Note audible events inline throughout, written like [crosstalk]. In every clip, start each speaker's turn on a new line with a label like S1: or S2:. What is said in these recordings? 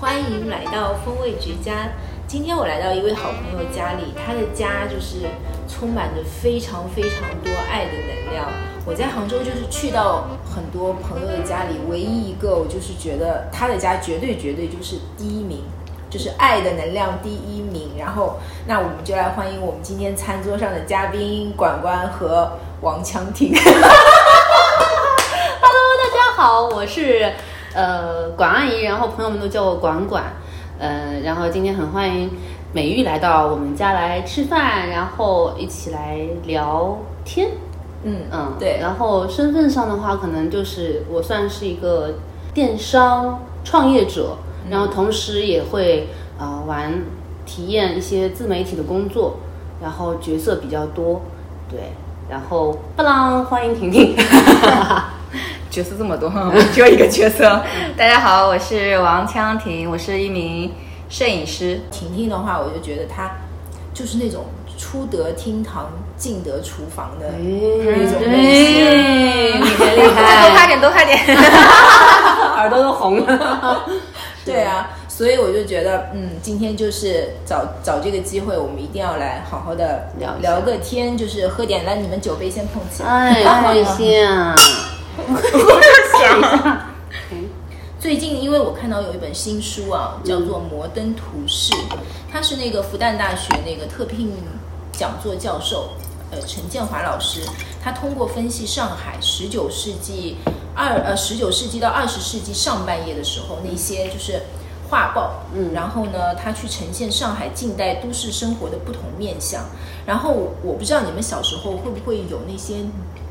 S1: 欢迎来到风味绝佳。今天我来到一位好朋友家里，他的家就是充满着非常非常多爱的能量。我在杭州就是去到很多朋友的家里，唯一一个我就是觉得他的家绝对绝对就是第一名，就是爱的能量第一名。然后，那我们就来欢迎我们今天餐桌上的嘉宾管管和王强婷。
S2: Hello，大家好，我是呃管阿姨，然后朋友们都叫我管管，呃，然后今天很欢迎美玉来到我们家来吃饭，然后一起来聊天，
S1: [laughs] 嗯
S2: 嗯，
S1: 对
S2: 然后身份上的话，可能就是我算是一个电商创业者，然后同时也会啊、呃玩体验一些自媒体的工作，然后角色比较多，对，然后不啷欢迎婷婷。
S3: 角色这么多，只有一个角色。大家好，我是王腔婷，我是一名摄影师。
S1: 婷婷的话，我就觉得她就是那种出得厅堂，进得厨房的那种类型。
S2: 哎，你真厉
S3: 多拍
S2: 害，
S3: 点，多拍点。
S2: 耳朵都红了。
S1: 对啊，所以我就觉得，嗯，今天就是找找这个机会，我们一定要来好好的
S2: 聊一下
S1: 聊个天，就是喝点，来你们酒杯先碰起来。
S2: 哎，放下。
S1: 最近因为我看到有一本新书啊，叫做《摩登图式》，他是那个复旦大学那个特聘讲座教授，呃，陈建华老师，他通过分析上海十九世纪二呃十九世纪到二十世纪上半叶的时候那些就是。画报，嗯，然后呢，他去呈现上海近代都市生活的不同面相。然后我我不知道你们小时候会不会有那些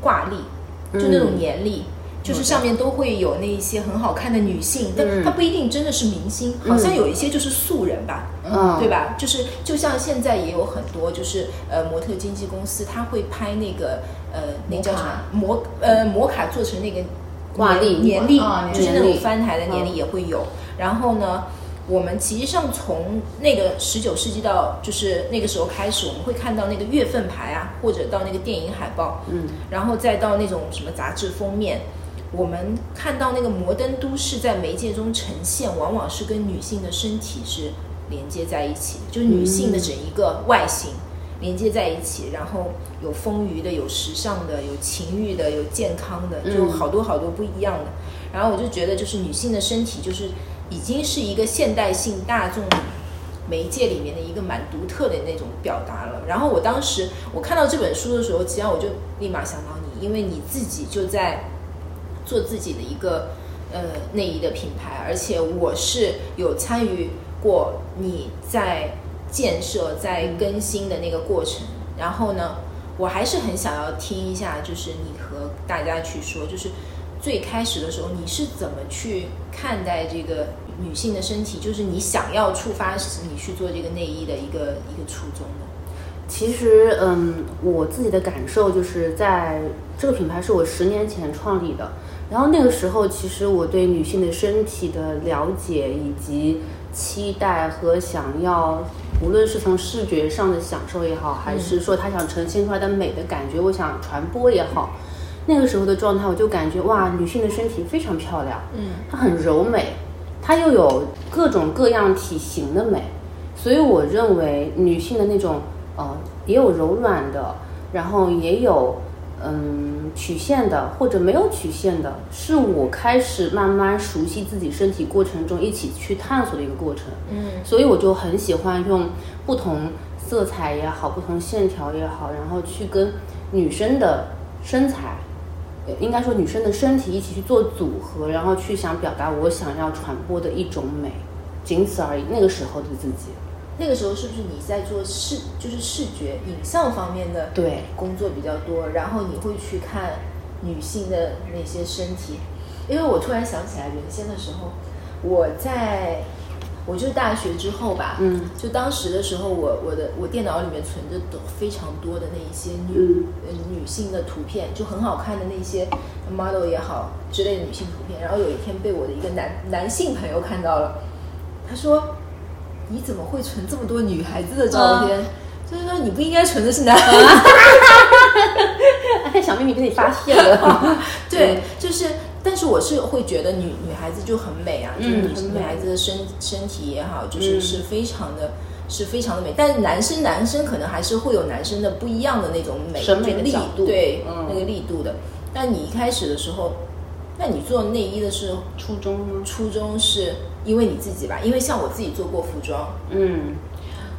S1: 挂历，就那种年历，就是上面都会有那一些很好看的女性，
S2: 嗯
S1: 但她不一定真的是明星，好像有一些就是素人吧，
S2: 嗯
S1: 对吧？就是就像现在也有很多就是呃模特经纪公司，他会拍那个呃那叫什么摩呃摩卡做成那个
S2: 挂历
S1: 年历
S3: 啊，
S1: 就是那
S2: 年
S1: 种
S2: 历
S1: 翻台的年历
S2: 嗯
S1: 也会有。然后呢？我们其实上从那个十九世纪到就是那个时候开始，我们会看到那个月份牌啊，或者到那个电影海报，
S2: 嗯，
S1: 然后再到那种什么杂志封面，我们看到那个摩登都市在媒介中呈现，往往是跟女性的身体是连接在一起，就是女性的整一个外形连接在一起，然后有丰腴的，有时尚的，有情欲的，有健康的，就
S2: 嗯
S1: 好多好多不一样的。然后我就觉得，就是女性的身体就是已经是一个现代性大众媒介里面的一个蛮独特的那种表达了。然后我当时我看到这本书的时候，其实我就立马想到你，因为你自己就在做自己的一个呃内衣的品牌，而且我是有参与过你在建设、在更新的那个过程。然后呢，我还是很想要听一下，就是你和大家去说，就是最开始的时候你是怎么去看待这个女性的身体，就是你想要触发你去做这个内衣的一个一个初衷的。
S2: 其实，嗯，我自己的感受就是在这个品牌是我十年前创立的，然后那个时候其实我对女性的身体的了解以及期待和想要，无论是从视觉上的享受也好，还是说她想呈现出来的美的感觉，我想传播也好，那个时候的状态我就感觉哇，女性的身体非常漂亮，
S1: 嗯
S2: 它很柔美，它又有各种各样体型的美，所以我认为女性的那种呃也有柔软的，然后也有嗯曲线的或者没有曲线的，是我开始慢慢熟悉自己身体过程中一起去探索的一个过程。
S1: 嗯
S2: 所以我就很喜欢用不同色彩也好，不同线条也好，然后去跟女生的身材，呃应该说女生的身体一起去做组合，然后去想表达我想要传播的一种美，仅此而已。那个时候的自己，
S1: 那个时候是不是你在做视就是视觉影像方面的
S2: 对， [laughs]
S1: 工作比较多，然后你会去看女性的那些身体，因为我突然想起来，原先的时候，我在我就大学之后吧，
S2: 嗯，
S1: 就当时的时候我，我的我电脑里面存着都非常多的那一些女
S2: 嗯、
S1: 呃女性的图片，就很好看的那些 model 也好之类的女性图片，然后有一天被我的一个男男性朋友看到了，他说。你怎么会存这么多女孩子的照
S2: 嗯
S1: 片？就是说你不应该存的是男孩子
S2: 哎，小秘密被你发现了，
S1: 对，就是但是我是会觉得女女孩子就很美啊，就是
S2: 嗯
S1: 女
S2: 很
S1: 女
S2: 美
S1: 孩子的身身体也好，就是
S2: 嗯
S1: 是非常的。是非常的美，但男生男生可能还是会有男生的不一样的那种美，
S2: 审美的
S1: 就力
S2: 角度
S1: 对、
S2: 嗯
S1: 那个力度的。但你一开始的时候，那你做内衣的是
S2: [laughs] 初中吗？
S1: 初衷是因为你自己吧？因为像我自己做过服装，
S2: 嗯，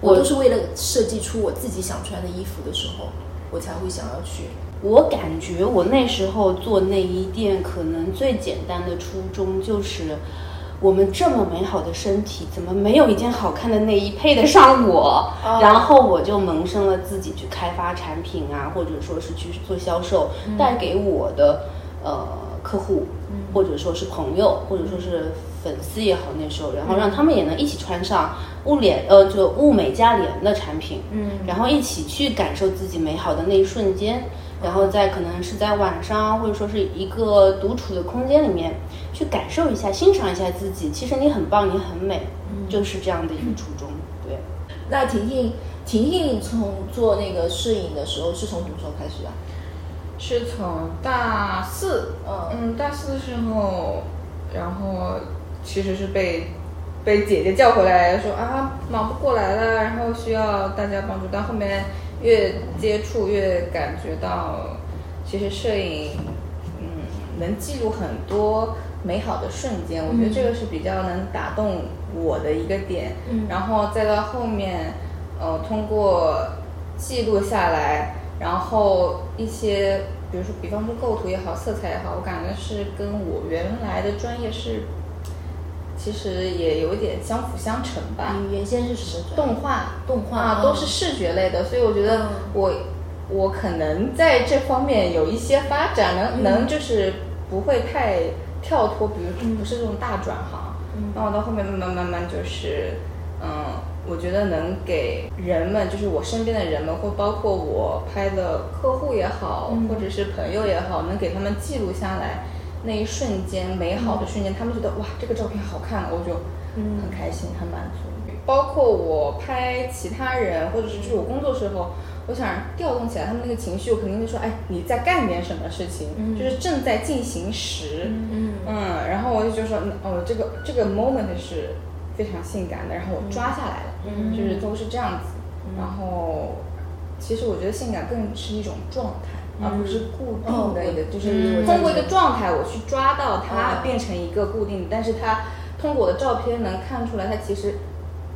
S1: 我都是为了设计出我自己想穿的衣服的时候，我才会想要去。
S2: 我感觉我那时候做内衣店，可能最简单的初衷就是，我们这么美好的身体，怎么没有一件好看的内衣配得上我？
S1: 哦
S2: 然后我就萌生了自己去开发产品啊，或者说是去做销售，带给我的呃客户，或者说是朋友，或者说是粉丝也好，那时候，然后让他们也能一起穿上物联呃就物美价廉的产品，
S1: 嗯
S2: 然后一起去感受自己美好的那一瞬间，然后在可能是在晚上，或者说是一个独处的空间里面，去感受一下、欣赏一下自己。其实你很棒，你很美，
S1: 嗯
S2: 就是这样的一个初衷。对，
S1: 那婷婷，婷婷从做那个摄影的时候是从什么时候开始啊？
S3: 是从大四，
S1: 嗯
S3: 嗯，大四的时候，然后其实是被被姐姐叫回来说啊，忙不过来了，然后需要大家帮助。但后面越接触越感觉到，其实摄影，嗯，能记录很多美好的瞬间，我觉得这个是比较能打动我的一个点。
S1: 嗯
S3: 然后再到后面，呃，通过记录下来，然后一些，比如说，比方说构图也好，色彩也好，我感觉是跟我原来的专业是，其实也有一点相辅相成吧。
S1: 你原先是什么专业？
S3: 啊动画，
S1: 动画
S3: 啊，
S1: 嗯
S3: 都是视觉类的，所以我觉
S1: 嗯
S3: 得我、我可能在这方面有一些发展，能、
S1: 嗯
S3: 能就是不会太跳脱，比如
S1: 嗯
S3: 说不是这种大转行。
S1: 嗯
S3: 那我到后面慢慢慢慢就是，嗯，我觉得能给人们，就是我身边的人们，或包括我拍的客户也好，
S1: 嗯
S3: 或者是朋友也好，能给他们记录下来那一瞬间美好的瞬间，他们觉得哇，这个照片好看，我就
S1: 嗯
S3: 很开心，很满足。包括我拍其他人，或者是去我工作时候，我想调动起来他们那个情绪，我肯定会说，哎，你在干点什么事情，
S1: 嗯
S3: 就是正在进行时，
S1: 嗯
S3: 嗯，然后我就觉得说，嗯哦，这个这个 moment 是非常性感的，然后我抓下来了，
S1: 嗯
S3: 就是都是这样子。然后，其实我觉得性感更是一种状态，而不是固定的一个，
S1: 嗯哦
S3: 就是
S1: 嗯
S3: 通过一个状态我去抓到
S1: 哦，
S3: 它变成一个固定的，但是它通过我的照片能看出来，它其实。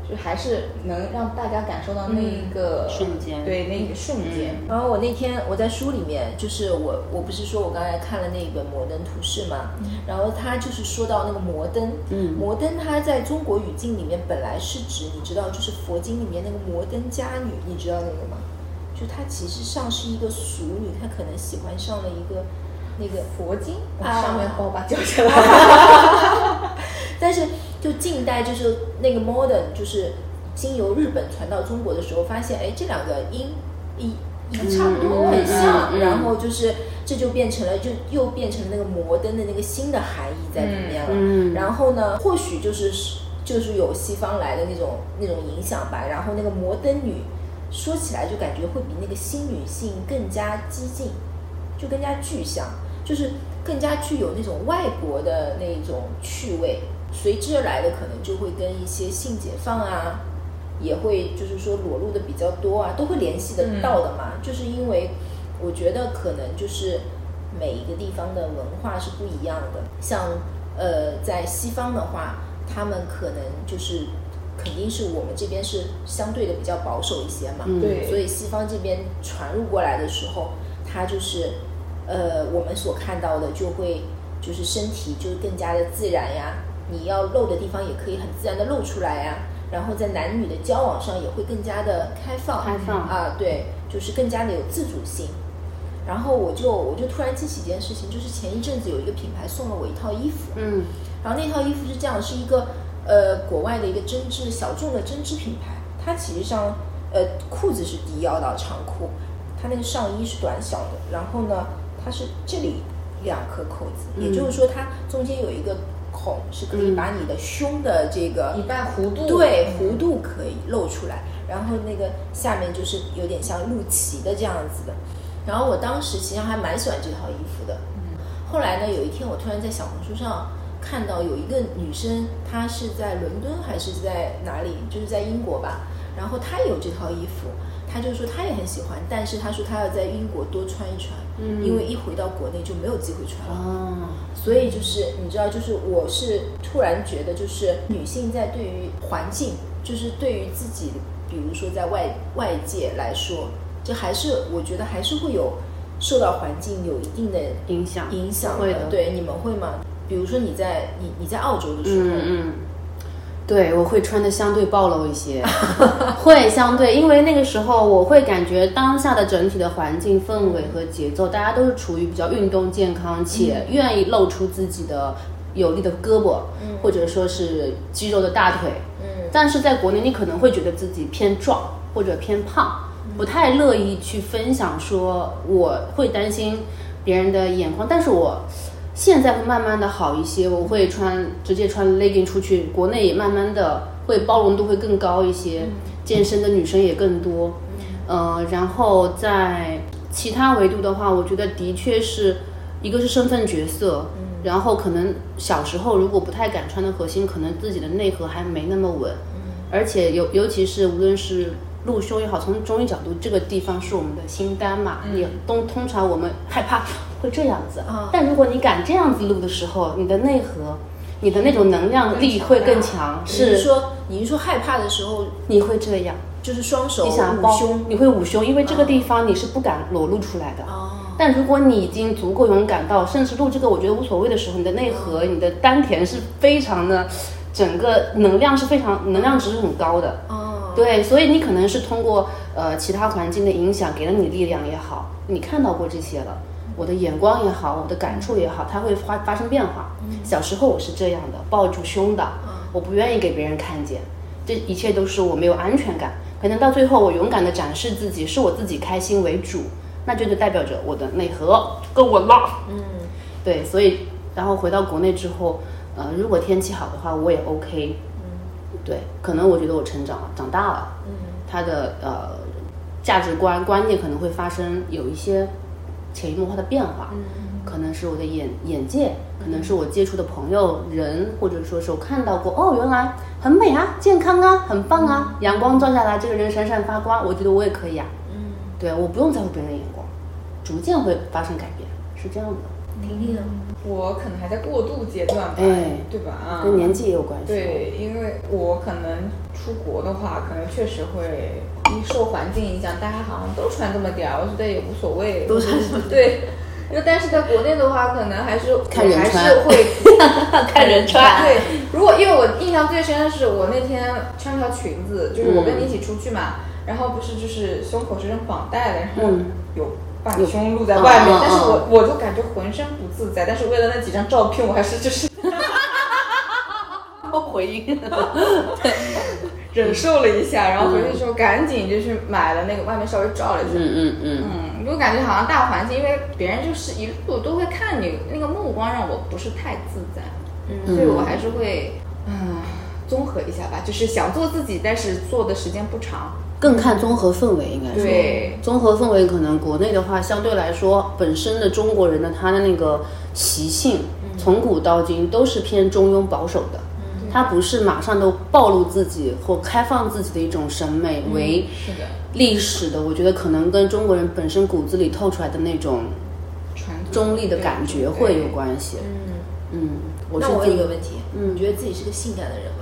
S3: 就还是能让大家感受到那
S1: 嗯
S3: 一个、
S2: 瞬间
S3: 对那个瞬间，
S1: 然后我那天我在书里面，就是我我不是说我刚才看了那本《摩登图式》嘛，然后他就是说到那个摩登，
S2: 嗯
S1: 摩登它在中国语境里面本来是指你知道就是佛经里面那个摩登伽女，你知道那个吗？就她其实上是一个俗女，她可能喜欢上了一个那个
S3: 佛经
S1: 啊
S3: 上面我把叫起来了。
S1: [laughs] 但是就近代就是那个 modern，就是经由日本传到中国的时候，发现哎这两个音音音差不多
S2: 嗯
S1: 很像，
S2: 嗯嗯
S1: 然后就是这就变成了就又变成了那个摩登的那个新的含义在里面了。
S2: 嗯嗯
S1: 然后呢，或许就是就是有西方来的那种那种影响吧。然后那个摩登女说起来就感觉会比那个新女性更加激进，就更加具象，就是更加具有那种外国的那种趣味。随之而来的可能就会跟一些性解放啊，也会就是说裸露的比较多啊，都会联系得到的嘛。就是因为我觉得可能就是每一个地方的文化是不一样的，像呃在西方的话，他们可能就是肯定是我们这边是相对的比较保守一些嘛，
S2: 嗯
S3: 对
S1: 所以西方这边传入过来的时候，它就是呃我们所看到的就会就是身体就更加的自然呀，你要露的地方也可以很自然的露出来呀。然后在男女的交往上也会更加的开放，
S2: 开放
S1: 啊，对，就是更加的有自主性。然后我就我就突然记起一件事情，就是前一阵子有一个品牌送了我一套衣服，
S2: 嗯
S1: 然后那套衣服是这样，是一个呃国外的一个针织小众的针织品牌，它其实上呃裤子是低腰的长裤，它那个上衣是短小的，然后呢它是这里两颗扣子，也
S2: 嗯
S1: 就是说它中间有一个孔是可以
S2: 嗯
S1: 把你的胸的这个
S3: 一半弧度，
S1: 对，
S3: 嗯
S1: 弧度可以露出来，然后那个下面就是有点像露脐的这样子的。然后我当时其实还蛮喜欢这套衣服的，后来呢，有一天我突然在小红书上看到有一个女生，她是在伦敦还是在哪里，就是在英国吧，然后她有这套衣服，她就说她也很喜欢，但是她说她要在英国多穿一穿，
S2: 嗯
S1: 因为一回到国内就没有机会穿了。
S2: 啊，
S1: 所以就是你知道，就是我是突然觉得，就是女性在对于环境，就是对于自己，比如说在外外界来说，这还是我觉得还是会有受到环境有一定的
S2: 影响
S1: 影响
S2: 会的
S1: 对，你们会吗？比如说你在你你在澳洲的时候，
S2: 嗯嗯，对我会穿的相对暴露一些，会相对，因为那个时候我会感觉当下的整体的环境氛围和节奏，大家都是处于比较运动、健康且愿意露出自己的有力的胳膊，
S1: 嗯
S2: 或者说是肌肉的大腿。
S1: 嗯
S2: 但是在国内，你可能会觉得自己偏壮或者偏胖，不太乐意去分享，说我会担心别人的眼光。但是我现在会慢慢的好一些，我会穿直接穿 legging 出去，国内也慢慢的会包容度会更高一些，健身的女生也更多。呃，然后在其他维度的话，我觉得的确是一个是身份角色，
S1: 嗯
S2: 然后可能小时候如果不太敢穿的核心，可能自己的内核还没那么稳，
S1: 嗯
S2: 而且尤尤其是无论是露胸也好，从中医角度，这个地方是我们的心丹嘛，
S1: 嗯
S2: 也通通常我们害怕会这样子，
S1: 啊
S2: 但如果你敢这样子露的时候，你的内核，你的那种能量力会更强，
S1: 嗯你是
S2: 是
S1: 说你是说害怕的时候，
S2: 你会这样。
S1: 就是双手
S2: 你想
S1: 捂
S2: 包
S1: 胸，
S2: 你会捂胸，因为这个地方你是不敢裸露出来的。
S1: 哦，
S2: 但如果你已经足够勇敢到，甚至露这个我觉得无所谓的时候，你的内核、你的丹田是非常的，整个能量是非常能量值是很高的。
S1: 哦，
S2: 对，所以你可能是通过呃其他环境的影响给了你力量也好，你看到过这些了，我的眼光也好，我的感触也好，它会发发生变化。小时候我是这样的，抱住胸的，我不愿意给别人看见，这一切都是我没有安全感。可能到最后我勇敢的展示自己，是我自己开心为主，那就就代表着我的内核够稳了。
S1: 嗯。
S2: 对，所以然后回到国内之后，呃，如果天气好的话，我也 OK。对，
S1: 嗯
S2: 可能我觉得我成长了，长大了。他的呃价值观观念可能会发生有一些潜移默化的变化，可能是我的眼眼界，可能是我接触的朋友人，或者说是我看到过哦，原来很美啊，健康啊，很棒啊，阳光照下来，这个人闪闪发光，我觉得我也可以啊，
S1: 嗯
S2: 对，我不用在乎别人的眼光，逐渐会发生改变，是这样的，
S1: 玲玲呢，
S3: 我可能还在过渡阶段吧，
S2: 哎
S3: 对吧？啊，
S2: 跟年纪也有关系，
S3: 对，因为我可能出国的话，可能确实会一受环境影响，大家好像都穿这么点儿，我觉得也无所谓。
S1: 都穿这么
S3: 对。就但是在国内的话，可能还是
S2: 看人
S3: 还
S2: 穿
S3: 是会
S2: [laughs] 看人穿
S3: 对，如果因为我印象最深的是我那天穿条裙子，就是我跟你一起出去嘛，然后不是就是胸口是用绑带的，然后
S2: 嗯
S3: 有把胸露在外
S2: 嗯嗯
S3: 面，
S2: 嗯
S3: 但是我我就感觉浑身不自在，但是为了那几张照片，我还是就是
S2: [laughs] 回应，
S3: 忍受了一下，然后回去之后赶紧就去买了那个外面稍微照了一下。
S2: 嗯嗯嗯，
S3: 嗯，就感觉好像大环境，因为别人就是一路都会看你，那个目光让我不是太自在，
S1: 嗯
S3: 所以我还是会嗯综合一下吧，就是想做自己，但是做的时间不长。
S2: 更看综合氛围应该是。
S3: 对，
S2: 综合氛围可能国内的话，相对来说，本身的中国人的他的那个习性，
S1: 嗯
S2: 从古到今都是偏中庸保守的，他不是马上都暴露自己或开放自己的一种审美为
S1: 嗯
S3: 是的，
S2: 历史的。我觉得可能跟中国人本身骨子里透出来的那种
S3: 传统
S2: 中立的感觉会有。关系。
S1: 嗯，
S2: 嗯，我是
S1: 那我
S2: 这
S1: 有
S2: 么
S1: 一个问题，
S2: 嗯
S1: 你觉得自己是个性感的人吗？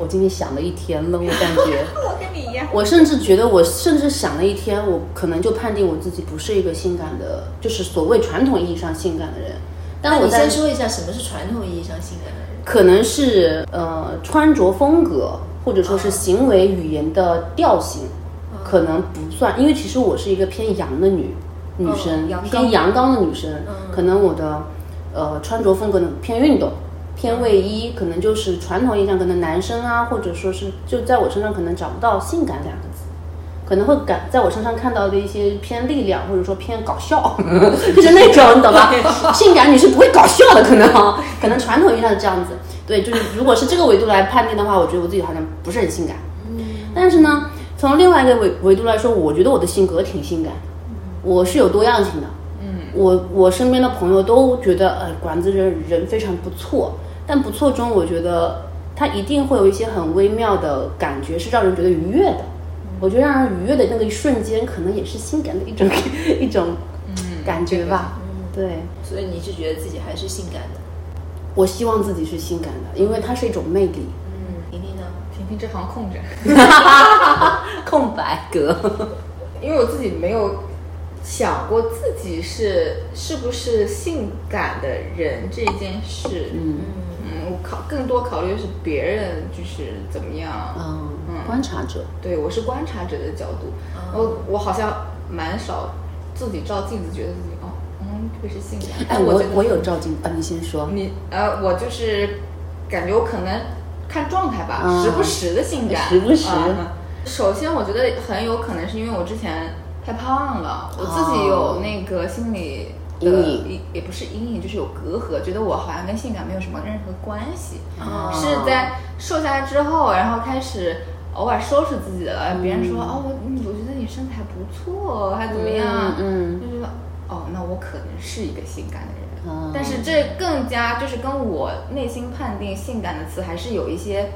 S2: 我今天想了一天了，我感觉。
S3: 对我跟你一样，
S2: 我甚至觉得，我甚至想了一天，我可能就判定我自己不是一个性感的，就是所谓传统意义上性感的人。但
S1: 那
S2: 我
S1: 你
S2: 在
S1: 先说一下什么是传统意义上性感的人？
S2: 可能是呃穿着风格，或者说
S1: 啊
S2: 是行为语言的调性，可能不算，因为其实我是一个偏阳的女女生，
S1: 嗯阳刚
S2: 偏阳刚的女生，
S1: 嗯
S2: 可能我的呃穿着风格呢偏运动。偏卫衣可能就是传统意义上，可能男生啊，或者说是就在我身上可能找不到“性感”两个字，可能会感在我身上看到的一些偏力量，或者说偏搞笑， [laughs] 就是那种你懂吧？性感女是不会搞笑的，可能啊可能传统意义上是这样子。对，就是如果是这个维度来判定的话，我觉得我自己好像不是很性感。但是呢，从另外一个维维度来说，我觉得我的性格挺性感，我是有多样性的。
S3: 嗯，
S2: 我我身边的朋友都觉得，呃，管子人人非常不错，但不错中，我觉得他一定会有一些很微妙的感觉，是让人觉得愉悦的。我觉得让人愉悦的那个一瞬间，可能也是性感的一种 [laughs] 一种感觉嗯吧。对，
S1: 嗯所以你是觉得自己还是性感的，
S2: 我希望自己是性感的，因为它是一种魅力。
S1: 嗯，婷婷呢？
S3: 婷婷这行空着，
S2: [laughs] 空白格，
S3: 因为我自己没有想过自己是是不是性感的人这件事。
S2: [laughs] 嗯
S3: 嗯，我考更多考虑的是别人就是怎么样。
S2: 嗯
S3: 嗯，
S2: 观察者，
S3: 对我是观察者的角度，
S1: 哦
S3: 我、我好像蛮少自己照镜子，觉得自己哦，嗯，特别是性感。
S2: 哎，
S3: 但
S2: 我
S3: 觉得
S2: 我有照镜子，啊，你先说。
S3: 你呃，我就是感觉我可能看状态吧，
S2: 嗯
S3: 时不时的性感，
S2: 时不时
S3: 啊首先，我觉得很有可能是因为我之前太胖了，我自己
S2: 哦
S3: 有那个心理的
S2: 阴影
S3: 也也不是阴影，就是有隔阂，觉得我好像跟性感没有什么任何关系，
S2: 哦
S3: 是在瘦下来之后，然后开始。偶尔收拾自己了，别人说、哦，我嗯我觉得你身材不错，还怎么样？
S2: 嗯
S3: 就是哦，那我可能是一个性感的人，
S2: 嗯
S3: 但是这更加就是跟我内心判定性感的词还是有一些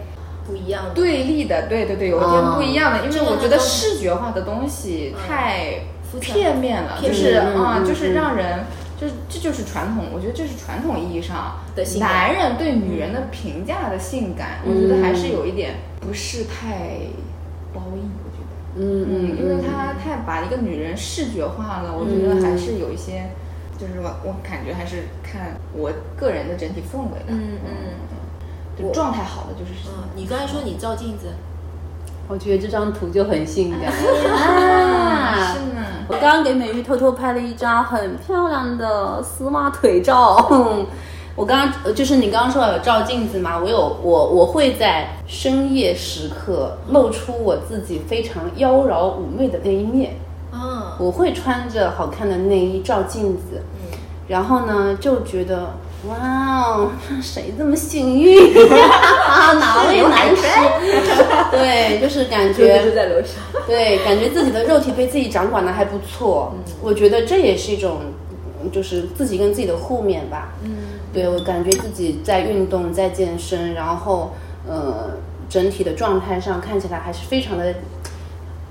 S1: 不一样的。
S3: 对立的，对对对，有一些不一样的，因为我
S1: 这
S3: 觉得
S1: 个
S3: 视觉化的东西太
S1: 肤浅
S3: 片面了，就
S1: 片面
S3: 是
S2: 嗯
S3: 啊，
S2: 嗯
S3: 就是
S2: 嗯
S3: 让人。就是这就是传统，我觉得这是传统意义上
S1: 的性感嗯
S3: 男人对女人的评价的性感，我觉得还是有一点不是太褒义，我觉得。
S2: 嗯
S3: 嗯，因为他太把一个女人视觉化了，我觉得还是有一些，就是我我感觉还是看我个人的整体氛围吧。
S1: 嗯嗯
S3: 就
S1: 我
S3: 状态好的就是性
S1: 嗯
S3: 感，
S1: 你刚才说你照镜子，
S2: 我觉得这张图就很性感。
S3: 啊，
S2: [laughs] 啊
S3: 是呢，
S2: 我刚刚给美玉偷偷拍了一张很漂亮的丝袜腿照。 [laughs] 我刚刚呃就是你刚刚说有照镜子嘛，我有我我会在深夜时刻露出我自己非常妖娆妩媚的那一面。
S1: 嗯
S2: 我会穿着好看的内衣照镜子，
S1: 嗯，
S2: 然后呢就觉得哇哦， [laughs] 谁这么幸运 [laughs] 啊？哪位男士？ [laughs] 对，就是感觉
S1: 就在楼上。
S2: 对，感觉自己的肉体被自己掌管的还不错，我觉得这也是一种，嗯就是自己跟自己的互勉吧。
S1: 嗯，
S2: 对我感觉自己在运动，在健身，然后呃，整体的状态上看起来还是非常的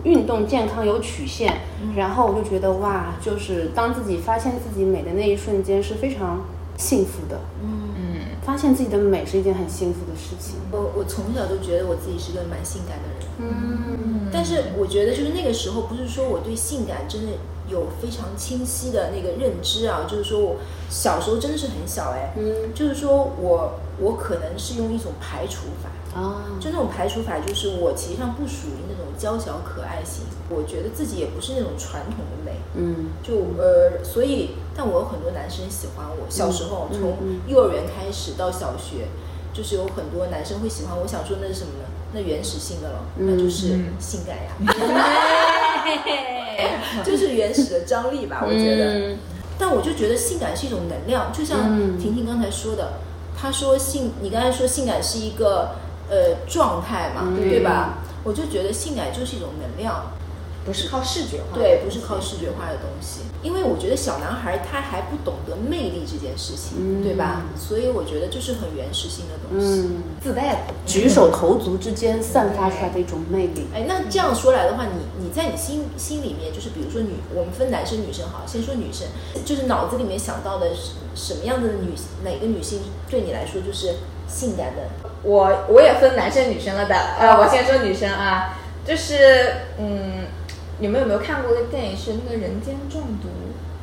S2: 运动健康有曲线。然后我就觉得哇，就是当自己发现自己美的那一瞬间是非常幸福的，
S3: 嗯，
S2: 发现自己的美是一件很幸福的事情。
S1: 我我从小就觉得我自己是个蛮性感的人，
S2: 嗯
S1: 但是我觉得就是那个时候，不是说我对性感真的有非常清晰的那个认知啊，就是说我小时候真的是很小哎，
S2: 嗯
S1: 就是说我我可能是用一种排除法，
S2: 啊，
S1: 就那种排除法，就是我其实上不属于那种娇小可爱型，我觉得自己也不是那种传统的美，
S2: 嗯
S1: 就呃，所以，但我有很多男生喜欢我。小时候，
S2: 嗯
S1: 从
S2: 嗯
S1: 幼儿园开始到小学，就是有很多男生会喜欢我。想说那是什么呢？那原始性的了，那就是
S3: 嗯
S1: 性感呀，
S2: [laughs]
S1: 就是原始的张力吧，我觉得。
S2: 嗯
S1: 但我就觉得性感是一种能量，就像
S2: 嗯
S1: 婷婷刚才说的，她说性，你刚才说性感是一个呃状态嘛，
S2: 嗯
S1: 对吧？我就觉得性感就是一种能量，
S3: 不是靠视觉化，
S1: 对，不是靠视觉化的东西，因为我觉得小男孩他还不懂得魅力这件事情，
S2: 嗯
S1: 对吧？所以我觉得就是很原始性的东西。
S2: 嗯。
S3: 自带的，
S2: 举手投足之间散发出来的一种魅力。
S1: 哎，那这样说来的话，你你在你心心里面，就是比如说女，我们分男生女生好，先说女生，就是脑子里面想到的是什么样的女，哪个女性对你来说就是性感的？
S3: 我我也分男生女生了的，呃，我先说女生啊，就是嗯，你们有没有看过一个电影是那个《人间中毒》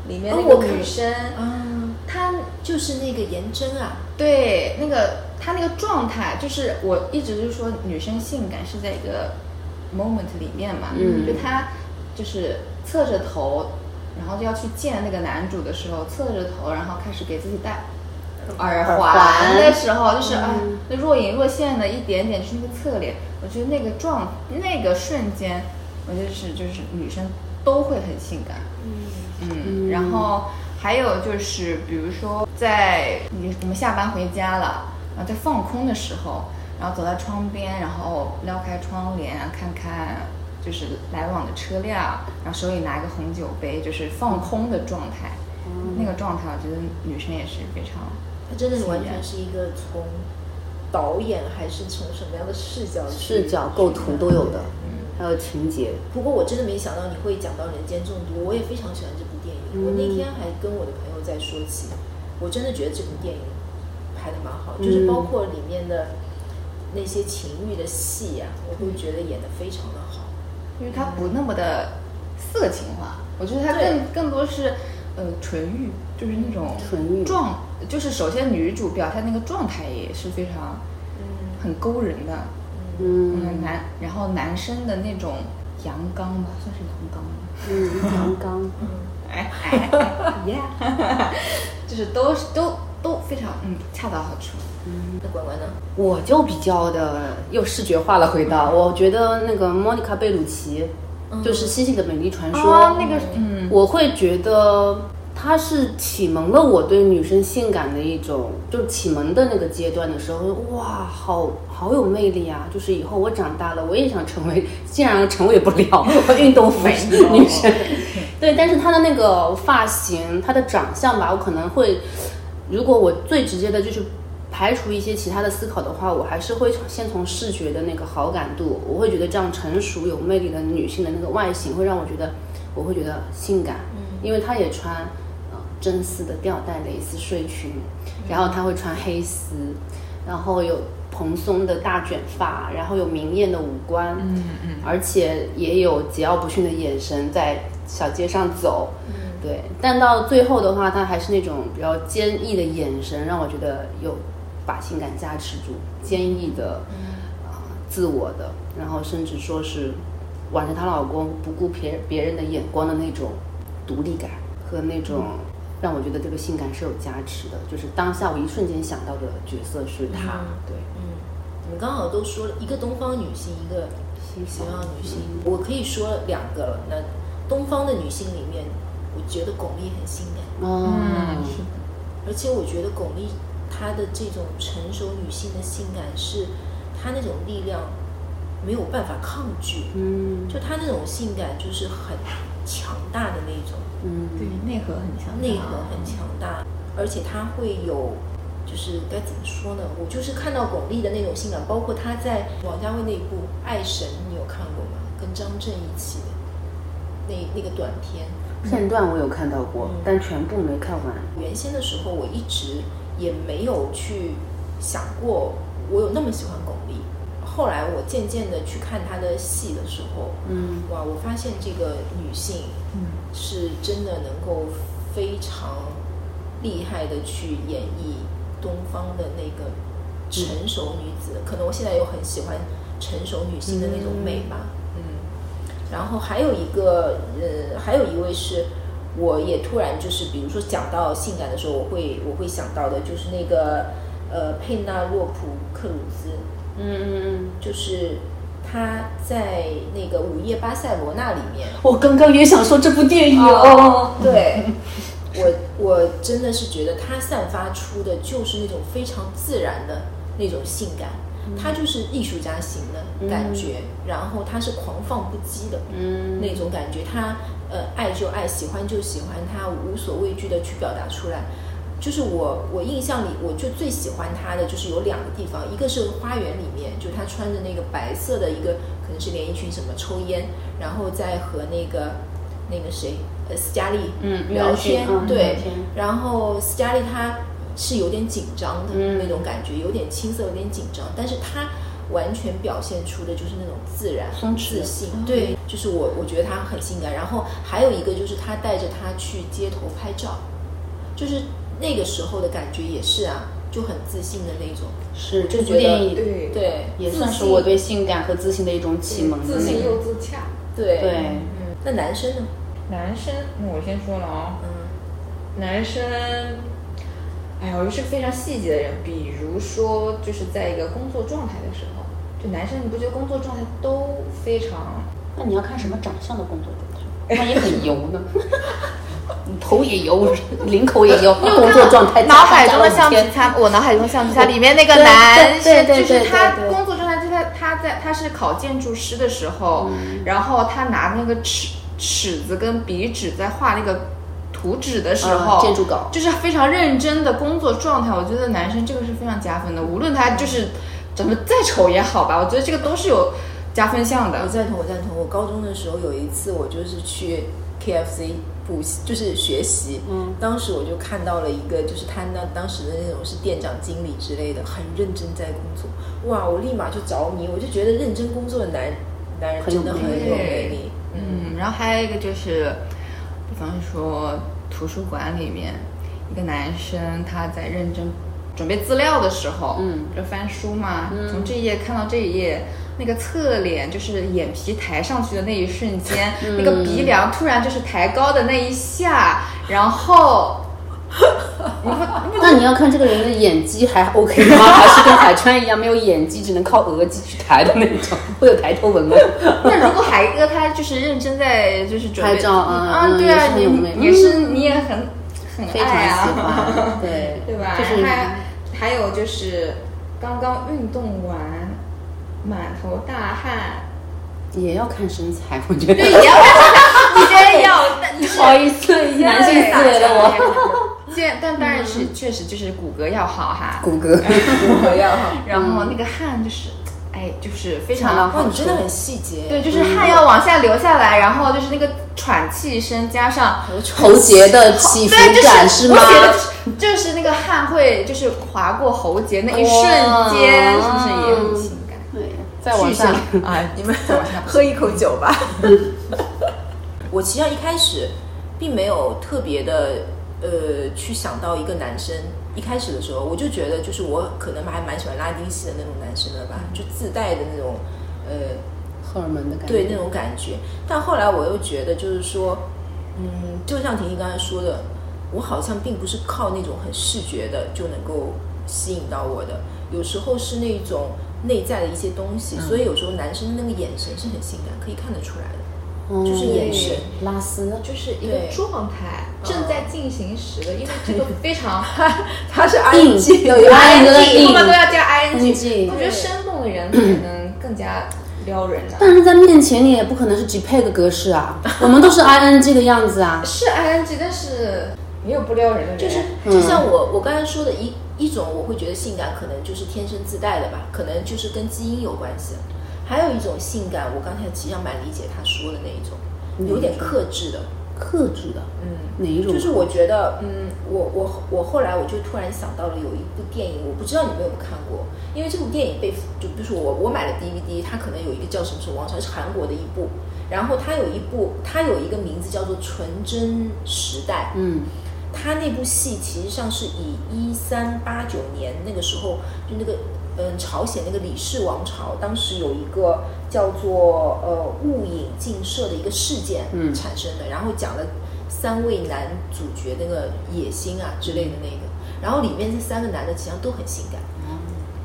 S3: 里面
S1: 哦
S3: 那
S1: 我
S3: 个
S1: 看
S3: 女生，
S2: 啊
S1: 嗯，
S3: 她
S1: 就是那个颜真啊，
S3: 对，那个她那个状态，就是我一直就是说女生性感是在一个 moment 里面嘛，
S2: 嗯
S3: 就她就是侧着头，然后就要去见那个男主的时候，侧着头，然后开始给自己戴。耳环的时候，就是哎，那若隐若现的一点点，就是那个侧脸，我觉得那个状那个瞬间，我就是就是女生都会很性感，
S1: 嗯，
S3: 嗯，
S2: 嗯
S3: 然后还有就是，比如说在你我们下班回家了，然后在放空的时候，然后走到窗边，然后撩开窗帘看看就是来往的车辆，然后手里拿一个红酒杯，就是放空的状态。
S2: 嗯
S4: 那个状态，我觉得女生也是非常
S1: 它真的是完全是一个从导演还是从什么样的视角去嗯
S2: 视角、构图都有的，还有情节。
S1: 不过我真的没想到你会讲到《人间中毒》，我也非常喜欢这部电影。
S2: 嗯
S1: 我那天还跟我的朋友在说起，我真的觉得这部电影拍的蛮好，
S2: 嗯
S1: 就是包括里面的那些情欲的戏啊，我都觉得演得非常的好。
S4: 因为它不那么的色情化，我觉得它
S1: 对
S4: 更更多是呃纯欲，就是那种
S2: 纯欲
S4: 状，就是首先女主表她那个状态也是非常
S1: 嗯
S4: 很勾人的，嗯
S1: 嗯，
S2: 嗯
S4: 男，然后男生的那种阳刚吧，算是阳刚吗？
S2: 嗯，阳刚，
S4: 哎哎哎 yeah，就是都是都都非常嗯恰到好处，
S1: 那管管呢？
S2: 我就比较的又视觉化了。回到我觉得那个莫妮卡贝鲁奇，就是《西西的美丽传说》
S4: 那个嗯
S2: 我会觉得它是启蒙了我对女生性感的一种，就是启蒙的那个阶段的时候，哇，好好有魅力啊！就是以后我长大了，我也想成为，竟然成为不了
S4: [laughs]
S2: 运动服女生。对，但是她的那个发型，她的长相吧，我可能会，如果我最直接的就是。排除一些其他的思考的话，我还是会先从视觉的那个好感度，我会觉得这样成熟有魅力的女性的那个外形会让我觉得，我会觉得性感，
S1: 嗯
S2: 因为她也穿呃真丝的吊带蕾丝睡裙，然后她会穿黑丝，然后有蓬松的大卷发，然后有明艳的五官，
S4: 嗯嗯，
S2: 而且也有桀骜不驯的眼神在小街上走，
S1: 嗯
S2: 对，但到最后的话，他还是那种比较坚毅的眼神，让我觉得有把性感加持住，坚毅的，
S1: 嗯
S2: 啊、自我的，然后甚至说是挽着她老公不顾别别人的眼光的那种独立感和那种。
S1: 嗯
S2: 让我觉得这个性感是有加持的，就是当下我一瞬间想到的角色是她，
S1: 嗯
S2: 对，
S1: 嗯，你们刚好都说了一个东方女性，一个
S2: 西
S1: 西方
S2: 方
S1: 女性，我可以说两个了。那东方的女性里面，我觉得巩俐很性感。
S2: 哦
S4: 嗯是的
S1: 而且我觉得巩俐她的这种成熟女性的性感是，她那种力量没有办法抗拒，
S2: 嗯
S1: 就她那种性感就是很强大的那种，
S2: 嗯，
S4: 对内核很强大，
S1: 内核很强大，而且她会有。就是该怎么说呢？我就是看到巩俐的那种性感，包括她在王家卫那一部《爱神》，你有看过吗？跟张震一起的那那个短片，
S2: 片段我有看到过，
S1: 嗯
S2: 但全部没看完。
S1: 原先的时候，我一直也没有去想过我有那么喜欢巩俐。后来我渐渐的去看她的戏的时候，
S2: 嗯
S1: 哇，我发现这个女性
S4: 嗯
S1: 是真的能够非常厉害的去演绎东方的那个成熟女子。可能我现在又很喜欢成熟女性的那种美吧。嗯，然后还有一个，呃，还有一位是。我也突然就是，比如说讲到性感的时候，我会我会想到的就是那个呃佩纳洛普克鲁兹，
S2: 嗯嗯嗯，
S1: 就是她在那个《午夜巴塞罗那》里面，
S2: 我刚刚也想说这部电影
S1: 哦
S2: 哦，，
S1: 对，我我真的是觉得他散发出的就是那种非常自然的那种性感，他就是艺术家型的感觉，然后他是狂放不羁的。
S2: 嗯
S1: 那种感觉，他呃爱就爱，喜欢就喜欢，他无所畏惧的去表达出来。就是我我印象里，我就最喜欢他的就是有两个地方，一个是花园里面，就他穿着那个白色的一个可能是连衣裙什么抽烟，然后再和那个那个谁呃斯嘉丽
S2: 嗯
S1: 聊
S2: 聊天
S1: 天，
S2: 嗯
S1: 对
S2: 聊天，
S1: 然后斯嘉丽她是有点紧张的
S2: 嗯
S1: 那种感觉，有点青涩，有点紧张，但是她完全表现出的就是那种自然、
S2: 松弛哦
S1: 自信，对，就是我我觉得她很性感。然后还有一个就是她带着她去街头拍照，就是那个时候的感觉也是啊，就很自信的那种，
S2: 是
S1: 就
S2: 这部
S1: 觉得
S2: 电影
S3: 对，
S1: 对，
S2: 也
S1: 自
S2: 算是
S1: 信
S2: 我对性感和自信的一种启蒙的
S3: 自
S2: 那
S3: 信
S2: 个。
S3: 又自洽。
S1: 对
S2: 对
S1: 嗯，那男生呢？
S3: 男生，那我先说了啊、
S1: 嗯
S3: 男生，哎呀，我是个非常细节的人。比如说，就是在一个工作状态的时候，就男生，你不觉得工作状态都非常
S2: 那你要看什么长相的工作状态？万一很油呢？你头也油，领口也油，工作状态
S4: 脑海中的橡
S2: 加了五
S4: 皮
S2: 天
S4: 擦，我脑海中橡皮擦里面那个
S2: 对
S4: 男
S2: 对
S4: 生，
S2: 对对
S4: 就是
S2: 对
S4: 他
S2: 对对
S4: 工作状态，就在他在他是考建筑师的时候，然后他拿那个尺尺子跟笔纸在画那个
S3: 图纸的时
S2: 嗯
S3: 候，
S2: 建筑稿
S3: 就是非常认真的工作状态。我觉得男生这个是非常加分的，无论他就是怎么再丑也好吧，我觉得这个都是有加分项
S1: 我
S3: 的。
S1: 赞同，我赞同。我高中的时候有一次，我就是去 KFC 补习，就是学习。
S2: 嗯，
S1: 当时我就看到了一个，就是他那当时的那种是店长、经理之类的，很认真在工作。哇，我立马就着迷，我就觉得认真工作的男男人
S2: 很有
S1: 真的很
S2: 魅力
S1: 有魅力。
S3: 嗯，然后还有一个就是，比方说图书馆里面，一个男生他在认真准备资料的时候，
S2: 嗯，
S3: 就翻书嘛，从这一页看到这一页。那个侧脸就是眼皮抬上去的那一瞬间，那个鼻梁突然就是抬高的那一下，然后
S2: 那你要看这个人的演技还 OK 吗？还是跟海川一样没有演技，只能靠额肌去抬的那种， [laughs] 会有抬头纹吗？
S3: [laughs] 那如果海哥他就是认真在就是准备
S2: 拍照啊
S3: 啊，
S2: 嗯
S3: 对啊，
S2: 也是
S3: 你
S2: 很有魅力
S3: 也是你也很很
S2: 非常
S3: 爱
S2: 喜
S3: 啊，
S2: 欢，对
S3: [laughs] 对吧？
S2: 就是
S3: 还还有就是刚刚运动完，满头大汗，
S2: 也要看身材，我觉得
S3: 对，也要你真要
S2: 不好意思，男性思维了我。
S3: [laughs] 我。现但当然是确实就是骨骼要好哈，
S2: 嗯骨骼，
S1: 我要哈，
S3: 然后那个汗就是哎就是非
S2: 想到
S1: 哇，
S3: 常
S1: 你真的很细节。
S3: 对，就是汗要往下流下来，然后就是那个喘气声加上
S1: 我就
S2: 喉结的起伏
S3: 对，就是
S2: 感是吗
S3: 我？写的就是就是那个汗会就是划过喉结那一瞬间，是不
S2: 哇
S3: 是也很性感？
S2: 对，再往下，
S1: 哎，你们喝一口酒 [laughs] 吧。我其实上一开始并没有特别的呃去想到一个男生。一开始的时候，我就觉得就是我可能还蛮喜欢拉丁系的那种男生的吧，就自带的那种呃
S2: 荷尔蒙的嗯感觉，
S1: 对那种感觉。但后来我又觉得，就是说，嗯，就像婷婷刚才说的，我好像并不是靠那种很视觉的就能够吸引到我的，有时候是那种内在的一些东
S2: 嗯
S1: 西。所以有时候男生那个眼神是很性感，可以看得出来的。
S2: 嗯
S1: 就是眼神
S2: 拉丝，
S4: 就是一个
S1: 对
S4: 状态
S1: 嗯
S4: 正在进行时的，因为这个非
S1: [laughs]
S4: 常
S1: 他是
S2: 硬
S1: ING 的，
S2: 有
S4: ing，后面都
S2: 硬，
S4: 要加
S2: ing
S4: ing，我觉得生动的人才能更加撩人啊。
S1: 嗯
S2: 但是在面前你也不可能是 JPEG 格式
S1: [laughs]
S2: 啊，我们都是 ING 的样子啊，
S4: 是 ing，但是也有不撩人的人，
S1: 就是就像
S2: 嗯
S1: 我我刚才说的一一种，我会觉得性感可能就是天生自带的吧，可能就是跟基因有关系。还有一种性感，我刚才其实上蛮理解他说的那一种，有点克制的，
S2: 克制的，
S1: 嗯。
S2: 哪一种？
S1: 就是我觉得，嗯，我我我后来我就突然想到了有一部电影，我不知道你们有没有看过，因为这部电影被就比如说我我买了 DVD，它可能有一个叫什么什么王朝，是韩国的一部，然后它有一部它有一个名字叫做《纯真时代》，
S2: 嗯，
S1: 他那部戏其实上是以一三八九年那个时候，就那个嗯朝鲜那个李氏王朝，当时有一个叫做呃雾隐禁射的一个事件
S2: 嗯
S1: 产生的，然后讲了三位男主角那个野心啊之类的那个，然后里面这三个男的其实上都很性感，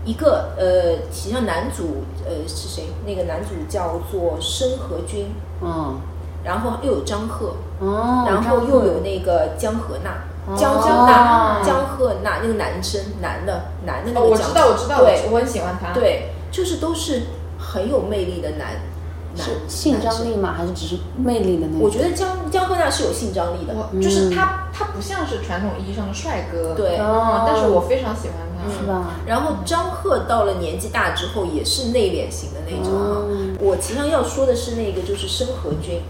S1: 一个呃，其实上男主呃是谁？那个男主叫做申河君，
S2: 哦，
S1: 然后又有张赫，
S2: 哦，
S1: 然后又有那个江河娜，江
S2: 哦
S1: 江娜，江河娜那个男生，男的，男的那
S4: 哦，
S1: 个
S4: 我
S1: 江
S4: 知
S1: 河，
S4: 道，我知道，
S1: 对
S4: 我我很喜欢他。，
S1: 对，就是都是很有魅力的男男
S2: 是性张。力吗？还是只是魅力的那种？
S1: 我觉得江江河娜是有性张力的，
S4: 我就是他，他不像是传统意义上的帅哥，
S1: 嗯对嗯
S4: 啊
S2: 哦
S4: 但是我非常喜欢他。
S2: 是吧？
S1: 然后张赫到了年纪大之后也是内敛型的那种啊。
S2: 哦
S1: 我其实上要说的是那个就是申河君，